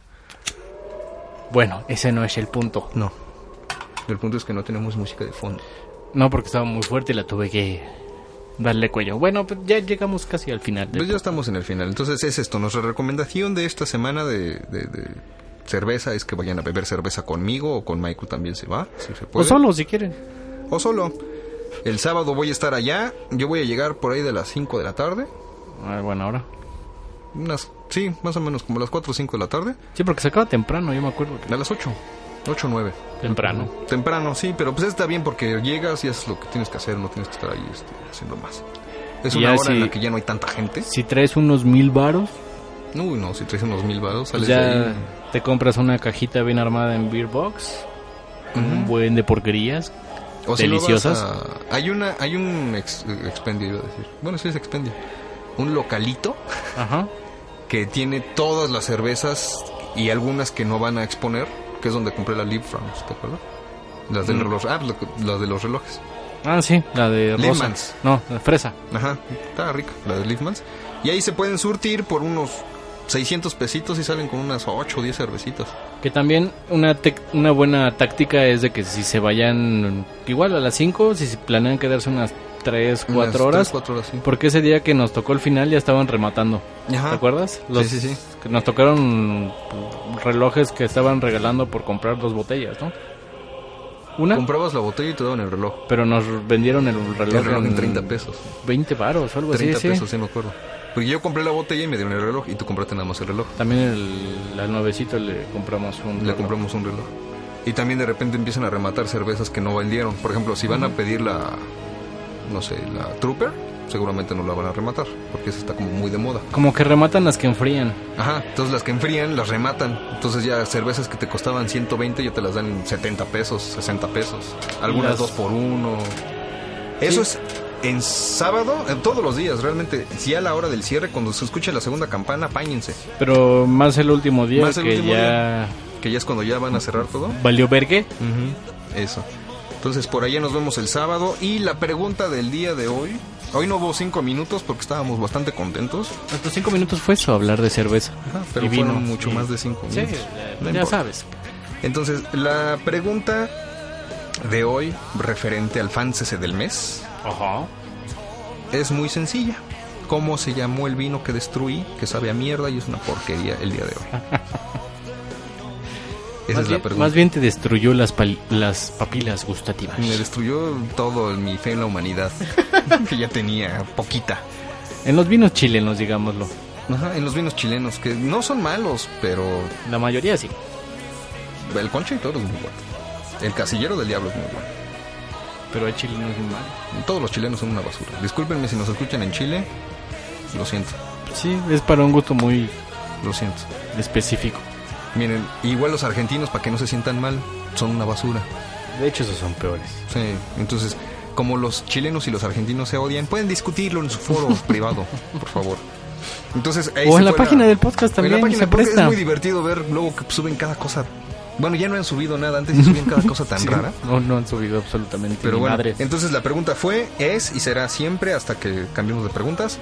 [SPEAKER 1] bueno, ese no es el punto.
[SPEAKER 2] No. El punto es que no tenemos música de fondo.
[SPEAKER 1] No, porque estaba muy fuerte y la tuve que darle cuello. Bueno, pues ya llegamos casi al final. del-
[SPEAKER 2] Pues ya estamos en el final. Entonces es esto, nuestra recomendación de esta semana de, de- de cerveza es que vayan a beber cerveza conmigo o con Michael también se va, si se
[SPEAKER 4] O
[SPEAKER 2] puede.
[SPEAKER 4] solo, si quieren.
[SPEAKER 2] O solo. El sábado voy a estar allá. Yo voy a llegar por ahí de las 5 de la tarde.
[SPEAKER 1] Ah, bueno, ahora.
[SPEAKER 2] Unas, sí, más o menos como las 4 o 5 de la tarde.
[SPEAKER 1] Sí, porque se acaba temprano, yo me acuerdo.
[SPEAKER 2] A las 8. 8 o 9.
[SPEAKER 4] Temprano.
[SPEAKER 2] Temprano, sí, pero pues está bien porque llegas y haces lo que tienes que hacer, no tienes que estar ahí este, haciendo más. Es
[SPEAKER 1] Y
[SPEAKER 2] una
[SPEAKER 1] ya
[SPEAKER 2] hora en
[SPEAKER 1] si-
[SPEAKER 2] la que ya no hay tanta gente.
[SPEAKER 1] Si traes unos mil varos,
[SPEAKER 2] Uy, no, si traes unos mil varos, sales de
[SPEAKER 1] ya
[SPEAKER 2] ahí.
[SPEAKER 1] te compras una cajita bien armada en Beer Box. Un buen de porquerías.
[SPEAKER 2] O si no vas
[SPEAKER 1] deliciosas.
[SPEAKER 2] a- Hay una, hay un ex, expendio, iba a decir. Bueno, sí es expendio. Un localito
[SPEAKER 1] Ajá.
[SPEAKER 2] que tiene todas las cervezas y algunas que no van a exponer, que es donde compré la Live France, ¿te acuerdas? Las
[SPEAKER 1] Mm.
[SPEAKER 2] del reloj, ah, lo- las de los relojes.
[SPEAKER 1] Ah, sí, la de rosa.
[SPEAKER 2] Lehmann's.
[SPEAKER 1] No, la fresa.
[SPEAKER 2] Ajá, estaba rica, la de Liefmans. Y ahí se pueden surtir por unos 600 pesitos y salen con unas 8 o 10 cervecitas.
[SPEAKER 1] Que también una, tec- una buena táctica es de que si se vayan igual a las 5, si se planean quedarse unas 3, 4 horas.
[SPEAKER 2] 4 horas, sí.
[SPEAKER 1] Porque ese día que nos tocó el final ya estaban rematando.
[SPEAKER 2] Ajá.
[SPEAKER 1] ¿Te acuerdas?
[SPEAKER 2] Ah, Sí, sí, sí.
[SPEAKER 1] Que nos tocaron pues, relojes que estaban regalando por comprar dos botellas, ¿no? Una,
[SPEAKER 2] Comprabas la botella y te daban el reloj.
[SPEAKER 1] pero nos vendieron el reloj,
[SPEAKER 2] El reloj en 30 pesos.
[SPEAKER 1] 20 varos o algo
[SPEAKER 2] 30
[SPEAKER 1] así,
[SPEAKER 2] pesos,
[SPEAKER 1] Pues sí.
[SPEAKER 2] sí me acuerdo. Porque yo compré la botella y me dieron el reloj y tú compraste nada más el reloj.
[SPEAKER 1] También el, al nuevecito le compramos un
[SPEAKER 2] Le
[SPEAKER 1] reloj.
[SPEAKER 2] compramos un reloj. Y también de repente empiezan a rematar cervezas que no vendieron. Por ejemplo, si van a pedir la, no sé, la Trooper, seguramente no la van a rematar, porque esa está como muy de moda.
[SPEAKER 1] Como que rematan las que enfrían.
[SPEAKER 2] Ajá, entonces las que enfrían las rematan. Entonces ya cervezas que te costaban 120 ya te las dan en 70 pesos, 60 pesos. Algunas
[SPEAKER 1] las-
[SPEAKER 2] dos por uno. Eso es en sábado, en todos los días, realmente. Si a la hora del cierre, cuando se escuche la segunda campana, apáñense.
[SPEAKER 1] Pero más el último día
[SPEAKER 2] Más el
[SPEAKER 1] que
[SPEAKER 2] último
[SPEAKER 1] ya
[SPEAKER 2] Que ya es cuando ya van a cerrar todo.
[SPEAKER 1] valió vergue.
[SPEAKER 2] Eso. Entonces por allá nos vemos el sábado. Y la pregunta del día de hoy. Hoy no hubo cinco minutos porque estábamos bastante contentos.
[SPEAKER 1] Nuestros cinco minutos fue eso, hablar de cerveza.
[SPEAKER 2] Ajá, pero
[SPEAKER 1] Y vino.
[SPEAKER 2] fueron mucho
[SPEAKER 1] Y-
[SPEAKER 2] más de cinco
[SPEAKER 1] Sí,
[SPEAKER 2] minutos. No
[SPEAKER 1] ya,
[SPEAKER 2] importa.
[SPEAKER 1] sabes.
[SPEAKER 2] Entonces, la pregunta de hoy referente al fancese del mes
[SPEAKER 1] Ajá.
[SPEAKER 2] es muy sencilla. ¿Cómo se llamó el vino que destruí, que sabe a mierda y es una porquería el día de hoy?
[SPEAKER 1] más,
[SPEAKER 2] Esa es
[SPEAKER 1] bien,
[SPEAKER 2] la pregunta.
[SPEAKER 1] más bien te destruyó las, pal- las papilas gustativas.
[SPEAKER 2] Me destruyó todo mi fe en la humanidad, que ya tenía poquita.
[SPEAKER 1] En los vinos chilenos, digámoslo.
[SPEAKER 2] Ajá, en los vinos chilenos, que no son malos, pero
[SPEAKER 1] La mayoría sí.
[SPEAKER 2] el concha y todo es muy bueno. El casillero del diablo es muy bueno.
[SPEAKER 1] Pero el chileno es muy malo.
[SPEAKER 2] Todos los chilenos son una basura. Discúlpenme si nos escuchan en Chile. Lo siento,
[SPEAKER 1] Sí, es para un gusto muy
[SPEAKER 2] lo siento.
[SPEAKER 1] específico.
[SPEAKER 2] Miren, igual los argentinos, para que no se sientan mal, son una basura.
[SPEAKER 1] De hecho, esos son peores.
[SPEAKER 2] Sí, entonces, como los chilenos y los argentinos se odian, pueden discutirlo en su foro privado, por favor. Entonces, ahí
[SPEAKER 1] O
[SPEAKER 2] se
[SPEAKER 1] en la
[SPEAKER 2] fue
[SPEAKER 1] página del podcast
[SPEAKER 2] en la
[SPEAKER 1] también
[SPEAKER 2] página
[SPEAKER 1] se
[SPEAKER 2] del podcast
[SPEAKER 1] presta.
[SPEAKER 2] Es muy divertido ver luego que suben cada cosa. Bueno, ya no han subido nada, antes sí subían cada cosa tan rara.
[SPEAKER 1] No, no han subido absolutamente
[SPEAKER 2] Pero
[SPEAKER 1] ni
[SPEAKER 2] bueno,
[SPEAKER 1] madres.
[SPEAKER 2] entonces la pregunta fue, es y será siempre hasta que cambiemos de preguntas.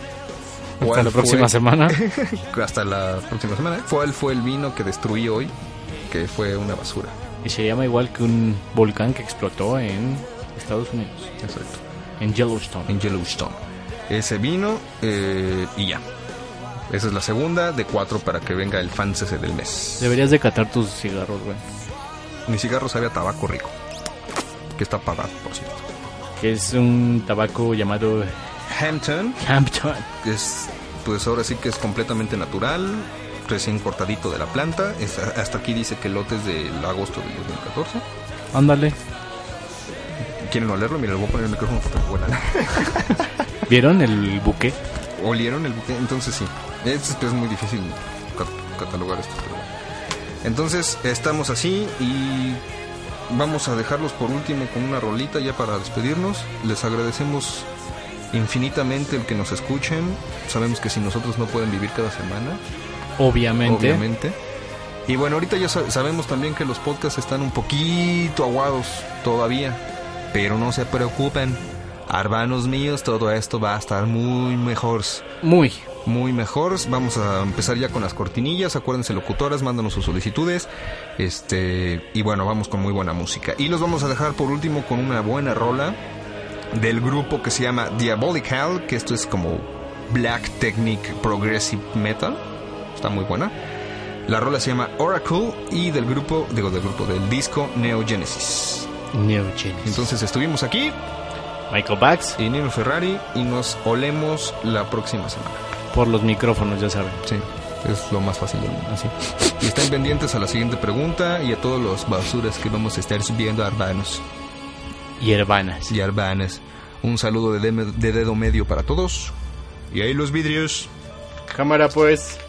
[SPEAKER 1] Hasta la próxima
[SPEAKER 2] semana
[SPEAKER 1] semana.
[SPEAKER 2] hasta la próxima semana. ¿Cuál fue el vino que destruí hoy? Que fue una basura.
[SPEAKER 1] Y se llama igual que un volcán que explotó en Estados Unidos,
[SPEAKER 2] Exacto.
[SPEAKER 1] en Yellowstone.
[SPEAKER 2] En Yellowstone. Ese vino eh, y ya. Esa es la segunda de cuatro para que venga el fancese del mes.
[SPEAKER 1] Deberías de catar tus cigarros, güey.
[SPEAKER 2] Mi cigarro sabe a tabaco rico. Que está pagado, por cierto.
[SPEAKER 1] Que es un tabaco llamado
[SPEAKER 2] Hampton
[SPEAKER 1] Hampton.
[SPEAKER 2] es, pues ahora sí que es completamente natural, recién cortadito de la planta. Es- hasta aquí dice que el lote es del agosto del 2014.
[SPEAKER 1] Ándale.
[SPEAKER 2] ¿Quieren olerlo? Mira, le voy a poner el micrófono para que huelan.
[SPEAKER 1] ¿Vieron el buque?
[SPEAKER 2] olieron el buque, entonces sí. Es, es muy difícil cat- catalogar esto. pero bueno. Entonces estamos así y vamos a dejarlos por último con una rolita ya para despedirnos. Les agradecemos infinitamente el que nos escuchen. Sabemos que sin nosotros no pueden vivir cada semana,
[SPEAKER 1] Obviamente.
[SPEAKER 2] obviamente. Y bueno, ahorita ya sa- sabemos también que los podcasts están un poquito aguados todavía, pero no se preocupen. Hermanos míos, todo esto va a estar muy mejor.
[SPEAKER 1] Muy.
[SPEAKER 2] Muy mejor. Vamos a empezar ya con las cortinillas. Acuérdense, locutoras, mándanos sus solicitudes. Este, y bueno, vamos con muy buena música. Y los vamos a dejar por último con una buena rola del grupo que se llama Diabolical, que esto es como Black Technic Progressive Metal. Está muy buena. La rola se llama Oracle y del grupo, digo del grupo, del disco Neo Genesis. Entonces estuvimos aquí
[SPEAKER 1] Michael Bax
[SPEAKER 2] y Nino Ferrari y nos olemos la próxima semana.
[SPEAKER 1] por los micrófonos, ya saben.
[SPEAKER 2] Sí, es lo más fácil del mundo. Y estén pendientes a la siguiente pregunta y a todos los basuras que vamos a estar subiendo a Arbanos
[SPEAKER 1] Y hermanas.
[SPEAKER 2] y Arbanes. Un saludo de, dem- de dedo medio para todos. Y ahí los vidrios.
[SPEAKER 1] Cámara pues.